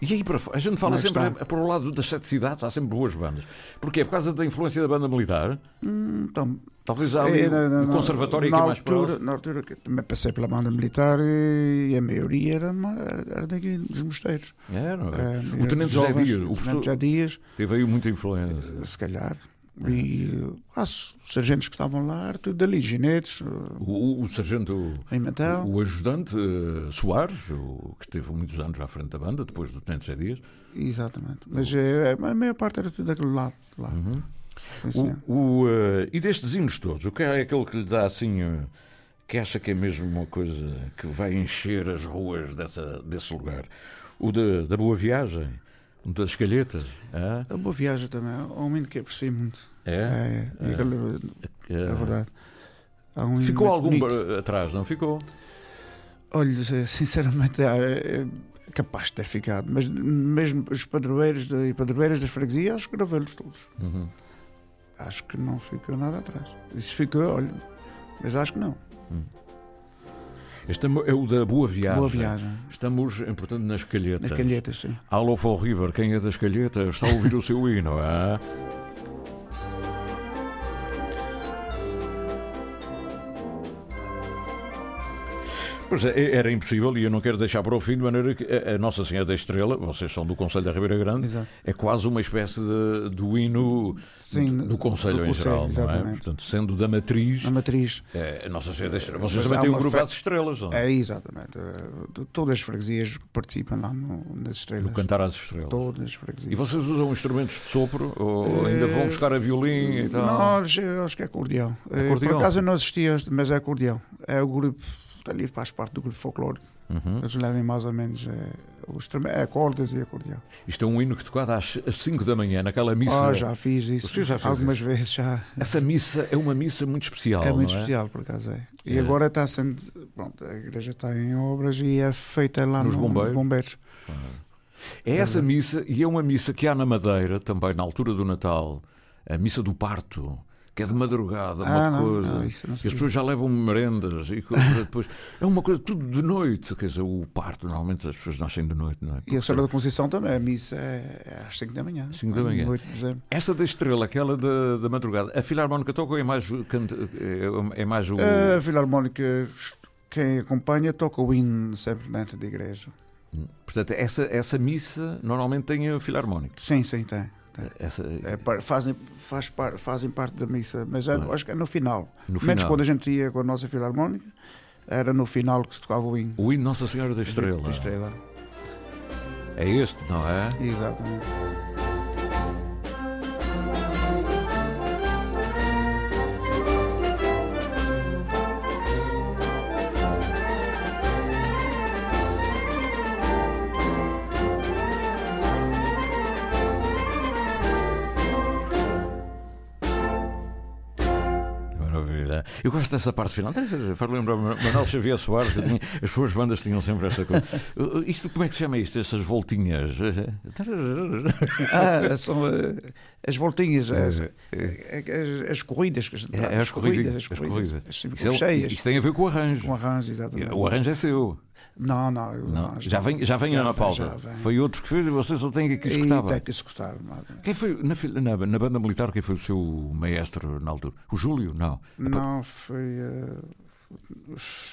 Speaker 6: E aí para fo- a gente
Speaker 7: Como
Speaker 6: fala
Speaker 7: é que
Speaker 6: sempre
Speaker 7: está?
Speaker 6: eh, para o lado das sete cidades, há sempre boas bandas. Porquê? Por causa da influência da banda militar?
Speaker 7: Hum, então,
Speaker 6: Talvez há ali
Speaker 7: é, na- na-
Speaker 6: o
Speaker 7: na-
Speaker 6: conservatório
Speaker 7: na
Speaker 6: aqui mais
Speaker 7: altura,
Speaker 6: próximo.
Speaker 7: Na altura que também passei pela banda militar e, e a maioria era, ma- era daqui dos mosteiros.
Speaker 6: É, não é?
Speaker 7: Eh,
Speaker 6: O
Speaker 7: maioria
Speaker 6: Tenente
Speaker 7: dos
Speaker 6: José
Speaker 7: jovens,
Speaker 6: Dias, o
Speaker 7: O
Speaker 6: professor-
Speaker 7: Tenente José Dias,
Speaker 6: Teve aí muita influência.
Speaker 7: se calhar.
Speaker 6: É.
Speaker 7: E ah, os sargentos que estavam lá, era tudo dali, ginetes,
Speaker 6: O, o- o sargento,
Speaker 7: Pimentel.
Speaker 6: o, o ajudante eh, Soares, o, que esteve muitos anos à frente da banda, depois do Tenente José Dias.
Speaker 7: Exatamente. Mas eh, a maior parte era tudo daquele lado. Lá. Sim, senhor.
Speaker 6: Uhum. O, o, eh, e destes hinos todos, o que é aquele que lhe dá assim, eh, que acha que é mesmo uma coisa que vai encher as ruas dessa, desse lugar? O da, da Boa Viagem, o das Calhetas, há?
Speaker 7: A boa viagem também. Há um hino que aprecio muito.
Speaker 6: É?
Speaker 7: É, e aquele-
Speaker 6: É.
Speaker 7: é verdade. Há um hino
Speaker 6: Ficou
Speaker 7: muito
Speaker 6: algum
Speaker 7: bonito.
Speaker 6: bar- atrás, não ficou?
Speaker 7: Olha, se- sinceramente, é é capaz de ter ficado. Mas mesmo os padroeiros da- e padroeiras da freguesia, acho que gravei-los todos.
Speaker 6: Uhum.
Speaker 7: Acho que não ficou nada atrás. E se ficou, olha. Mas acho que não.
Speaker 6: Este é mo- é o da Boa Viagem.
Speaker 7: Boa viagem.
Speaker 6: Estamos, eh, portanto, nas Calhetas.
Speaker 7: Nas Calhetas, sim.
Speaker 6: Alô, Fall River, quem é das Calhetas está a ouvir o seu hino, é? Pois é, era impossível e eu não quero deixar para o fim, de maneira que a a Nossa Senhora da Estrela, vocês são do Conselho da Ribeira Grande,
Speaker 7: Exato.
Speaker 6: é quase uma espécie de, do hino
Speaker 7: Sim,
Speaker 6: do, do
Speaker 7: do
Speaker 6: Conselho em
Speaker 7: Conselho,
Speaker 6: geral, não é?
Speaker 7: exatamente.
Speaker 6: Portanto, sendo da matriz.
Speaker 7: A matriz.
Speaker 6: é, a Nossa Senhora da Estrela. Vocês
Speaker 7: Mas
Speaker 6: também
Speaker 7: há
Speaker 6: têm o
Speaker 7: uma
Speaker 6: grupo
Speaker 7: fe-
Speaker 6: às Estrelas, não é?
Speaker 7: É, exatamente. Eh, de- Todas as freguesias que participam lá no, nas estrelas.
Speaker 6: No Cantar às Estrelas.
Speaker 7: Todas as freguesias.
Speaker 6: E vocês usam instrumentos de sopro? Ou ainda vão
Speaker 7: Eh,
Speaker 6: buscar a violino e tal?
Speaker 7: Não, acho- acho que é acordeão. Eh,
Speaker 6: então? Acordeão?
Speaker 7: Por acaso eu não assisti, a este, mas é acordeão. É o grupo ali faz parte do grupo folclórico.
Speaker 6: Uhum.
Speaker 7: Eles levem mais ou menos eh, os treme- eh, cordas e a cordial.
Speaker 6: Isto é um hino que tocado às 5 da manhã, naquela missa.
Speaker 7: Ah, já fiz isso.
Speaker 6: né? O senhor já fez
Speaker 7: Algumas
Speaker 6: isso?
Speaker 7: vezes já.
Speaker 6: Essa missa é uma missa muito especial.
Speaker 7: É muito
Speaker 6: não
Speaker 7: especial, por acaso é. E
Speaker 6: É.
Speaker 7: agora está sendo. Pronto, a igreja está em obras e é feita lá
Speaker 6: Nos
Speaker 7: no-
Speaker 6: bombeiros? É essa missa, e é uma missa que há na Madeira, também na altura do Natal, a missa do parto, que é de madrugada, uma
Speaker 7: Ah, não,
Speaker 6: coisa.
Speaker 7: não,
Speaker 6: e
Speaker 7: isso não
Speaker 6: as
Speaker 7: sabia.
Speaker 6: pessoas já levam merendas e coisa para depois. É uma coisa tudo de noite. Quer dizer, o parto, normalmente as pessoas nascem de noite, não é?
Speaker 7: E a Senhora da Conceição também. A missa é é às 5 da manhã.
Speaker 6: 5 da
Speaker 7: à
Speaker 6: manhã.
Speaker 7: noite de dezembro.
Speaker 6: Essa da estrela, aquela da, da madrugada, a Filarmónica toca é mais, o cante- é, é mais o.
Speaker 7: A Filarmónica, quem acompanha, toca o hino sempre dentro da igreja.
Speaker 6: Portanto, essa, essa missa normalmente tem a Filarmónica.
Speaker 7: Sim, sim, tem. tem.
Speaker 6: Essa,
Speaker 7: É par- fazem, faz par- fazem parte da missa, mas é-
Speaker 6: Claro.
Speaker 7: acho que é no final.
Speaker 6: No
Speaker 7: Menos
Speaker 6: final.
Speaker 7: quando a gente ia com a nossa Filarmónica, era no final que se tocava o hino.
Speaker 6: O hino Nossa Senhora da Estrela.
Speaker 7: Da Estrela.
Speaker 6: É este, não é?
Speaker 7: Exatamente.
Speaker 6: Maravilha. Eu gosto dessa parte final. Até Faz lembrar o Manuel Xavier Soares, que tinha- as suas bandas tinham sempre esta coisa. Uh, uh, Isto, como é que se chama isto? Essas voltinhas?
Speaker 7: Ah, são eh, as voltinhas, as,
Speaker 6: É,
Speaker 7: as, as corridas que a gente
Speaker 6: É,
Speaker 7: dá,
Speaker 6: é as corridas.
Speaker 7: eh, as corridas, as
Speaker 6: Isso, é-
Speaker 7: cheias.
Speaker 6: isso tem a ver com o arranjo.
Speaker 7: Com o arranjo, exatamente.
Speaker 6: O arranjo é seu.
Speaker 7: Não, não, eu
Speaker 6: Não,
Speaker 7: arranjo
Speaker 6: já
Speaker 7: não.
Speaker 6: vem, já vem
Speaker 7: Já
Speaker 6: na
Speaker 7: vem,
Speaker 6: pauta.
Speaker 7: já vem.
Speaker 6: Foi outro que fez e você só tem que
Speaker 7: E
Speaker 6: escutar. bem.
Speaker 7: Tem que escutar. mas-
Speaker 6: Quem foi na, fil- na- na banda militar? Quem foi o seu maestro na altura? O Júlio? Não.
Speaker 7: Não, foi eh,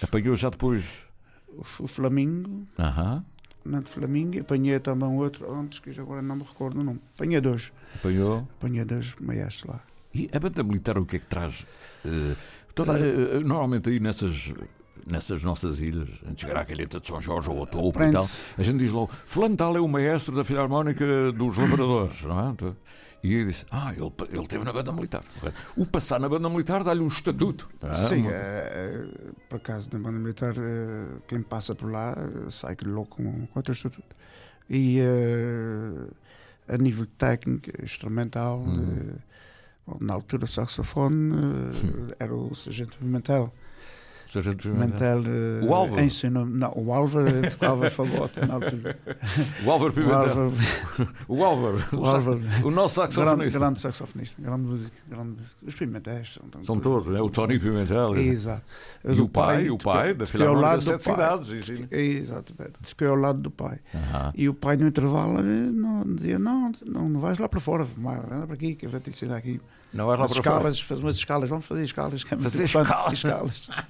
Speaker 6: Apanhou já depois.
Speaker 7: o- o Flamingo,
Speaker 6: Aham.
Speaker 7: Fernando Flamingo, e apanhei também um outro antes, que agora não me recordo o nome. Apanhei dois,
Speaker 6: Apanhou.
Speaker 7: apanhei dois maiores lá.
Speaker 6: E a banda militar o que é que traz? Eh, toda- eh, normalmente aí nessas, nessas nossas ilhas, antes de chegar à calheta de São Jorge ou ao topo e
Speaker 7: Prende-se.
Speaker 6: tal, a gente diz logo, fulano tal é o maestro da Filarmónica dos Labradores, não é? E eu disse, ah, ele, pa- ele esteve na banda militar. O passar na banda militar dá-lhe um estatuto. não é?
Speaker 7: Sim,
Speaker 6: Uma-
Speaker 7: eh, eh, por acaso na banda militar, eh, quem passa por lá eh, sai logo com, com outro estatuto. E eh, a nível técnico, instrumental,
Speaker 6: Hum.
Speaker 7: eh, bom, na altura o saxofone eh, era o Sargento Pimentel.
Speaker 6: Sargento
Speaker 7: Pimentel.
Speaker 6: Pimentel.
Speaker 7: eh,
Speaker 6: O Álvaro?
Speaker 7: ensinou- não, o Álvaro eh, tocava fagote na altura.
Speaker 6: O Álvaro Pimentel.
Speaker 7: Álvaro-
Speaker 6: O Álvaro. O,
Speaker 7: O
Speaker 6: sa-
Speaker 7: Álvaro.
Speaker 6: o nosso
Speaker 7: Grande,
Speaker 6: saxofonista.
Speaker 7: grande saxofonista, grande música. Grande música. Os Pimentéis são tão-
Speaker 6: São todos, é o Tony Pimentel.
Speaker 7: Exato.
Speaker 6: E
Speaker 7: Do
Speaker 6: o pai, o pai da
Speaker 7: fiquei é ao
Speaker 6: Filarmónica
Speaker 7: lado
Speaker 6: das
Speaker 7: do
Speaker 6: Sete
Speaker 7: pai.
Speaker 6: Cidades. imagina.
Speaker 7: Exatamente. Fiquei ao lado do pai.
Speaker 6: Aham.
Speaker 7: E o pai, no intervalo, eh, não, dizia: Não, não, não vais lá para fora, fumar, anda para aqui, que eu já te ensino aqui.
Speaker 6: Não vais lá
Speaker 7: Umas
Speaker 6: para fora.
Speaker 7: escalas, Faz umas escalas, vamos fazer escalas. que é muito
Speaker 6: Fazer
Speaker 7: importante,
Speaker 6: escalas.
Speaker 7: escalas.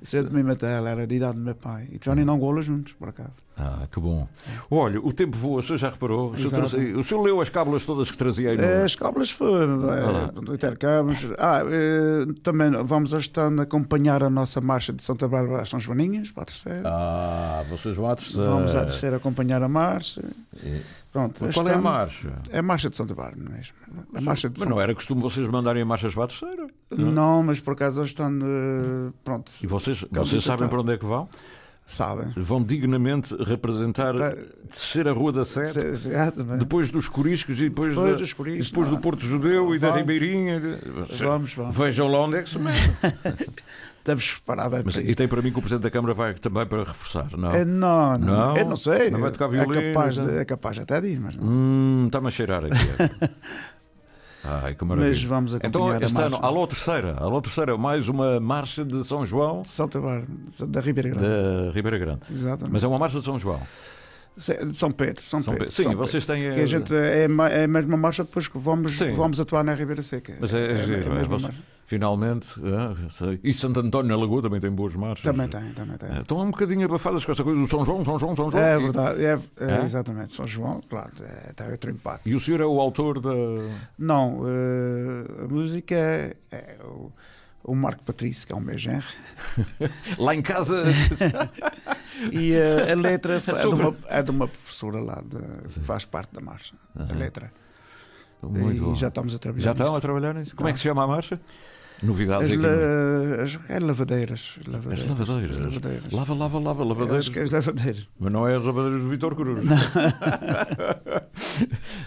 Speaker 7: Sendo me ela era de idade do meu pai. E
Speaker 6: Uhum.
Speaker 7: tiveram em Angola juntos, por acaso.
Speaker 6: Ah, que bom. Olha, o tempo voa, o senhor já reparou? O senhor,
Speaker 7: Exato.
Speaker 6: trouxe- o senhor leu as cábulas todas que trazia aí no...
Speaker 7: Eh, As cábulas foram,
Speaker 6: Ah, lá.
Speaker 7: eh, intercâmbios. Ah, eh, também vamos estando a acompanhar a nossa marcha de Santa Bárbara às São Joaninhas, para a terceira.
Speaker 6: Ah, vocês vão à terceira.
Speaker 7: Vamos à terceira acompanhar a marcha.
Speaker 6: É.
Speaker 7: Pronto,
Speaker 6: Mas
Speaker 7: este
Speaker 6: qual é a
Speaker 7: ano-
Speaker 6: marcha?
Speaker 7: É a marcha de Santa Bárbara mesmo. A
Speaker 6: Mas,
Speaker 7: marcha de
Speaker 6: mas
Speaker 7: Santa
Speaker 6: não é, era costume vocês mandarem marchas para a terceira?
Speaker 7: não. mas por acaso eles estão. eh, Pronto.
Speaker 6: E vocês,
Speaker 7: Acabou
Speaker 6: vocês
Speaker 7: de
Speaker 6: sabem
Speaker 7: tratar.
Speaker 6: para onde é que vão?
Speaker 7: Sabem.
Speaker 6: Vão dignamente representar
Speaker 7: Tá.
Speaker 6: terceira Rua da Sete,
Speaker 7: Se- se- exatamente.
Speaker 6: depois dos Coriscos e depois,
Speaker 7: Depois
Speaker 6: da-
Speaker 7: dos Coriscos,
Speaker 6: e depois do
Speaker 7: não.
Speaker 6: Porto Judeu e da
Speaker 7: Vamos.
Speaker 6: Ribeirinha.
Speaker 7: Vamos, vamos.
Speaker 6: Vejam lá onde é que se mete.
Speaker 7: Estamos preparados bem
Speaker 6: Mas,
Speaker 7: para
Speaker 6: e
Speaker 7: isso.
Speaker 6: tem para mim que o Presidente da Câmara vai também para reforçar, não?
Speaker 7: Eh, não, não,
Speaker 6: Não?
Speaker 7: Eu não sei.
Speaker 6: Não vai tocar violino,
Speaker 7: É capaz, de,
Speaker 6: então?
Speaker 7: é capaz até de ir, mas não.
Speaker 6: Hum, está-me a cheirar aqui. Ai, que maravilha.
Speaker 7: Mas vamos
Speaker 6: então,
Speaker 7: acompanhar a
Speaker 6: este ano,
Speaker 7: marcha.
Speaker 6: alô terceira, alô terceira, mais uma marcha de São João
Speaker 7: De Santa Bárbara, da Ribeira Grande.
Speaker 6: da Ribeira Grande.
Speaker 7: Exatamente.
Speaker 6: Mas é uma marcha de São João.
Speaker 7: Se- São Pedro, São,
Speaker 6: São
Speaker 7: Pedro.
Speaker 6: Pedro. Sim,
Speaker 7: São
Speaker 6: vocês
Speaker 7: Pedro.
Speaker 6: têm,
Speaker 7: Que
Speaker 6: eh,
Speaker 7: a gente é, ma- é a mesma marcha depois que vamos,
Speaker 6: Sim.
Speaker 7: vamos atuar na Ribeira Seca.
Speaker 6: Mas é, é,
Speaker 7: a
Speaker 6: giro, é,
Speaker 7: mesma
Speaker 6: você-
Speaker 7: marcha.
Speaker 6: finalmente. é, sei. e Santo António na Lagoa também tem boas marchas.
Speaker 7: Também tem, também tem.
Speaker 6: É, Estão um bocadinho abafadas com essa coisa do São João, São João, São João.
Speaker 7: É
Speaker 6: E-
Speaker 7: verdade, é, é,
Speaker 6: É?
Speaker 7: exatamente. São João, claro, é, está outro impacto.
Speaker 6: E o senhor é o autor da.
Speaker 7: Não, eh, a música é, é o, o Marco Patrício, que é o meu genro,
Speaker 6: Lá em casa.
Speaker 7: e eh, a letra é, de
Speaker 6: Sobre-
Speaker 7: uma, é de uma professora lá, de, faz parte da marcha, a
Speaker 6: Aham.
Speaker 7: letra.
Speaker 6: Muito
Speaker 7: e
Speaker 6: bom.
Speaker 7: já estamos a trabalhar
Speaker 6: Já estão
Speaker 7: nisso.
Speaker 6: a trabalhar nisso? Como é que se chama a marcha? Novidades
Speaker 7: as,
Speaker 6: aqui.
Speaker 7: la- as, é lavadeiras, lavadeiras.
Speaker 6: As lavadeiras.
Speaker 7: lavadeiras.
Speaker 6: Lava, lava, lava, lavadeiras.
Speaker 7: Acho que é as lavadeiras.
Speaker 6: Mas não é as lavadeiras do Vitor Cruz.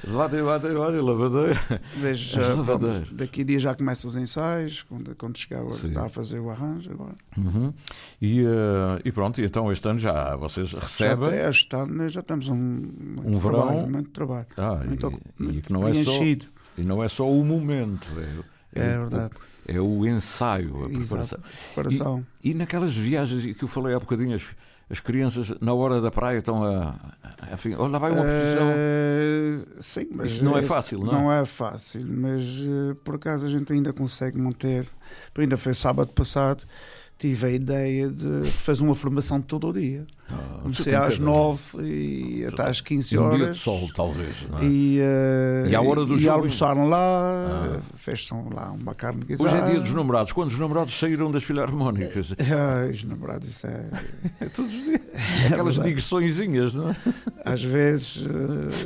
Speaker 6: Lava, lava, lava, lavadeira.
Speaker 7: Mas,
Speaker 6: as
Speaker 7: ah, pronto,
Speaker 6: lavadeiras.
Speaker 7: daqui a dia já começam os ensaios, quando, quando chegar agora
Speaker 6: Sim.
Speaker 7: está a fazer o arranjo agora.
Speaker 6: Uhum. E, eh, e pronto, e então este ano já vocês
Speaker 7: Já,
Speaker 6: recebem
Speaker 7: tem- este ano já temos um, muito
Speaker 6: um verão.
Speaker 7: trabalho, muito trabalho.
Speaker 6: Ah,
Speaker 7: Muito
Speaker 6: e-
Speaker 7: ocu-
Speaker 6: e,
Speaker 7: muito
Speaker 6: que não é só,
Speaker 7: preenchido.
Speaker 6: e não é só o momento. É,
Speaker 7: É
Speaker 6: o-
Speaker 7: verdade.
Speaker 6: o- é o ensaio, a
Speaker 7: Exato,
Speaker 6: preparação.
Speaker 7: preparação.
Speaker 6: E, e naquelas viagens que eu falei há bocadinho, as, as crianças na hora da praia estão a. a, a enfim, olha, lá vai uma precisão.
Speaker 7: Eh, sim, mas
Speaker 6: Isso não é
Speaker 7: esse-
Speaker 6: fácil, não é?
Speaker 7: Não é fácil, mas eh, por acaso a gente ainda consegue manter. Ainda foi sábado passado, tive a ideia de fazer uma formação de todo o dia. Comecei
Speaker 6: tem
Speaker 7: às
Speaker 6: cada-
Speaker 7: nove e até às 15
Speaker 6: Um
Speaker 7: horas.
Speaker 6: dia de sol, talvez. Não é?
Speaker 7: E, eh,
Speaker 6: E à hora do
Speaker 7: e
Speaker 6: jogo?
Speaker 7: almoçaram lá,
Speaker 6: Ah.
Speaker 7: fez-se lá uma carne guisada.
Speaker 6: Hoje é dia dos namorados. Quando os namorados saíram das filarmónicas?
Speaker 7: Ah, os namorados, isso é.
Speaker 6: É todos os dias. Aquelas
Speaker 7: verdade.
Speaker 6: digressõezinhas, não é?
Speaker 7: Às vezes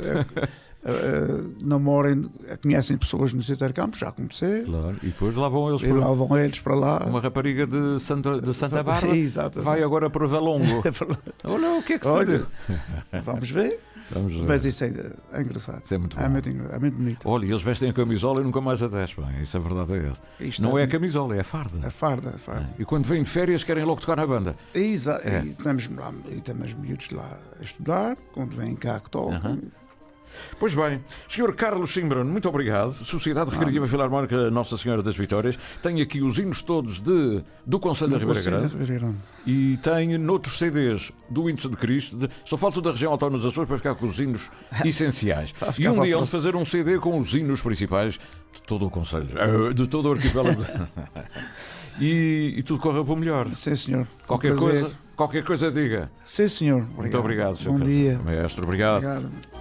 Speaker 7: eh, eh, namorem, conhecem pessoas no intercâmbio, já aconteceu.
Speaker 6: Claro, e depois lá vão eles
Speaker 7: E lá vão eles para lá.
Speaker 6: Uma rapariga de Santa, de Santa Bárbara
Speaker 7: Exatamente.
Speaker 6: vai agora para Valongo. Olha o que é que se
Speaker 7: Olha,
Speaker 6: diz.
Speaker 7: Vamos ver.
Speaker 6: Vamos ver.
Speaker 7: Mas isso é, é engraçado.
Speaker 6: Isso é muito bom.
Speaker 7: engra- é muito bonito.
Speaker 6: Olha, eles vestem a camisola e nunca mais a despem. Isso é verdade. É essa.
Speaker 7: Isto
Speaker 6: Não
Speaker 7: é-
Speaker 6: é a camisola, é a farda.
Speaker 7: A farda, a farda.
Speaker 6: E quando vêm de férias querem logo tocar na banda.
Speaker 7: Exa
Speaker 6: É.
Speaker 7: E estamos lá, e temos miúdos lá a estudar, quando vêm cá que tocam.
Speaker 6: Pois bem, Sr. Carlos Simbrano, muito obrigado. Sociedade Recreativa Filarmónica Nossa Senhora das Vitórias. Tem aqui os hinos todos de, do Conselho da
Speaker 7: Do
Speaker 6: Ribeira
Speaker 7: Conselho da
Speaker 6: Grande.
Speaker 7: Ribeira Grande.
Speaker 6: E tem noutros CDs do Índice de Cristo. de- só falta o da região autónoma dos Açores para ficar com os hinos essenciais.
Speaker 7: Para ficar
Speaker 6: E um
Speaker 7: para
Speaker 6: dia
Speaker 7: a
Speaker 6: onde fazer um CD com os hinos principais de todo o Conselho, eh, de todo o arquipélago. e, e tudo corra para o melhor.
Speaker 7: Sim, senhor.
Speaker 6: Qualquer
Speaker 7: um prazer.
Speaker 6: coisa, qualquer coisa diga.
Speaker 7: Sim, senhor.
Speaker 6: Muito obrigado, Sr.
Speaker 7: Bom
Speaker 6: Carlos.
Speaker 7: dia.
Speaker 6: Maestro, obrigado.
Speaker 7: Obrigado.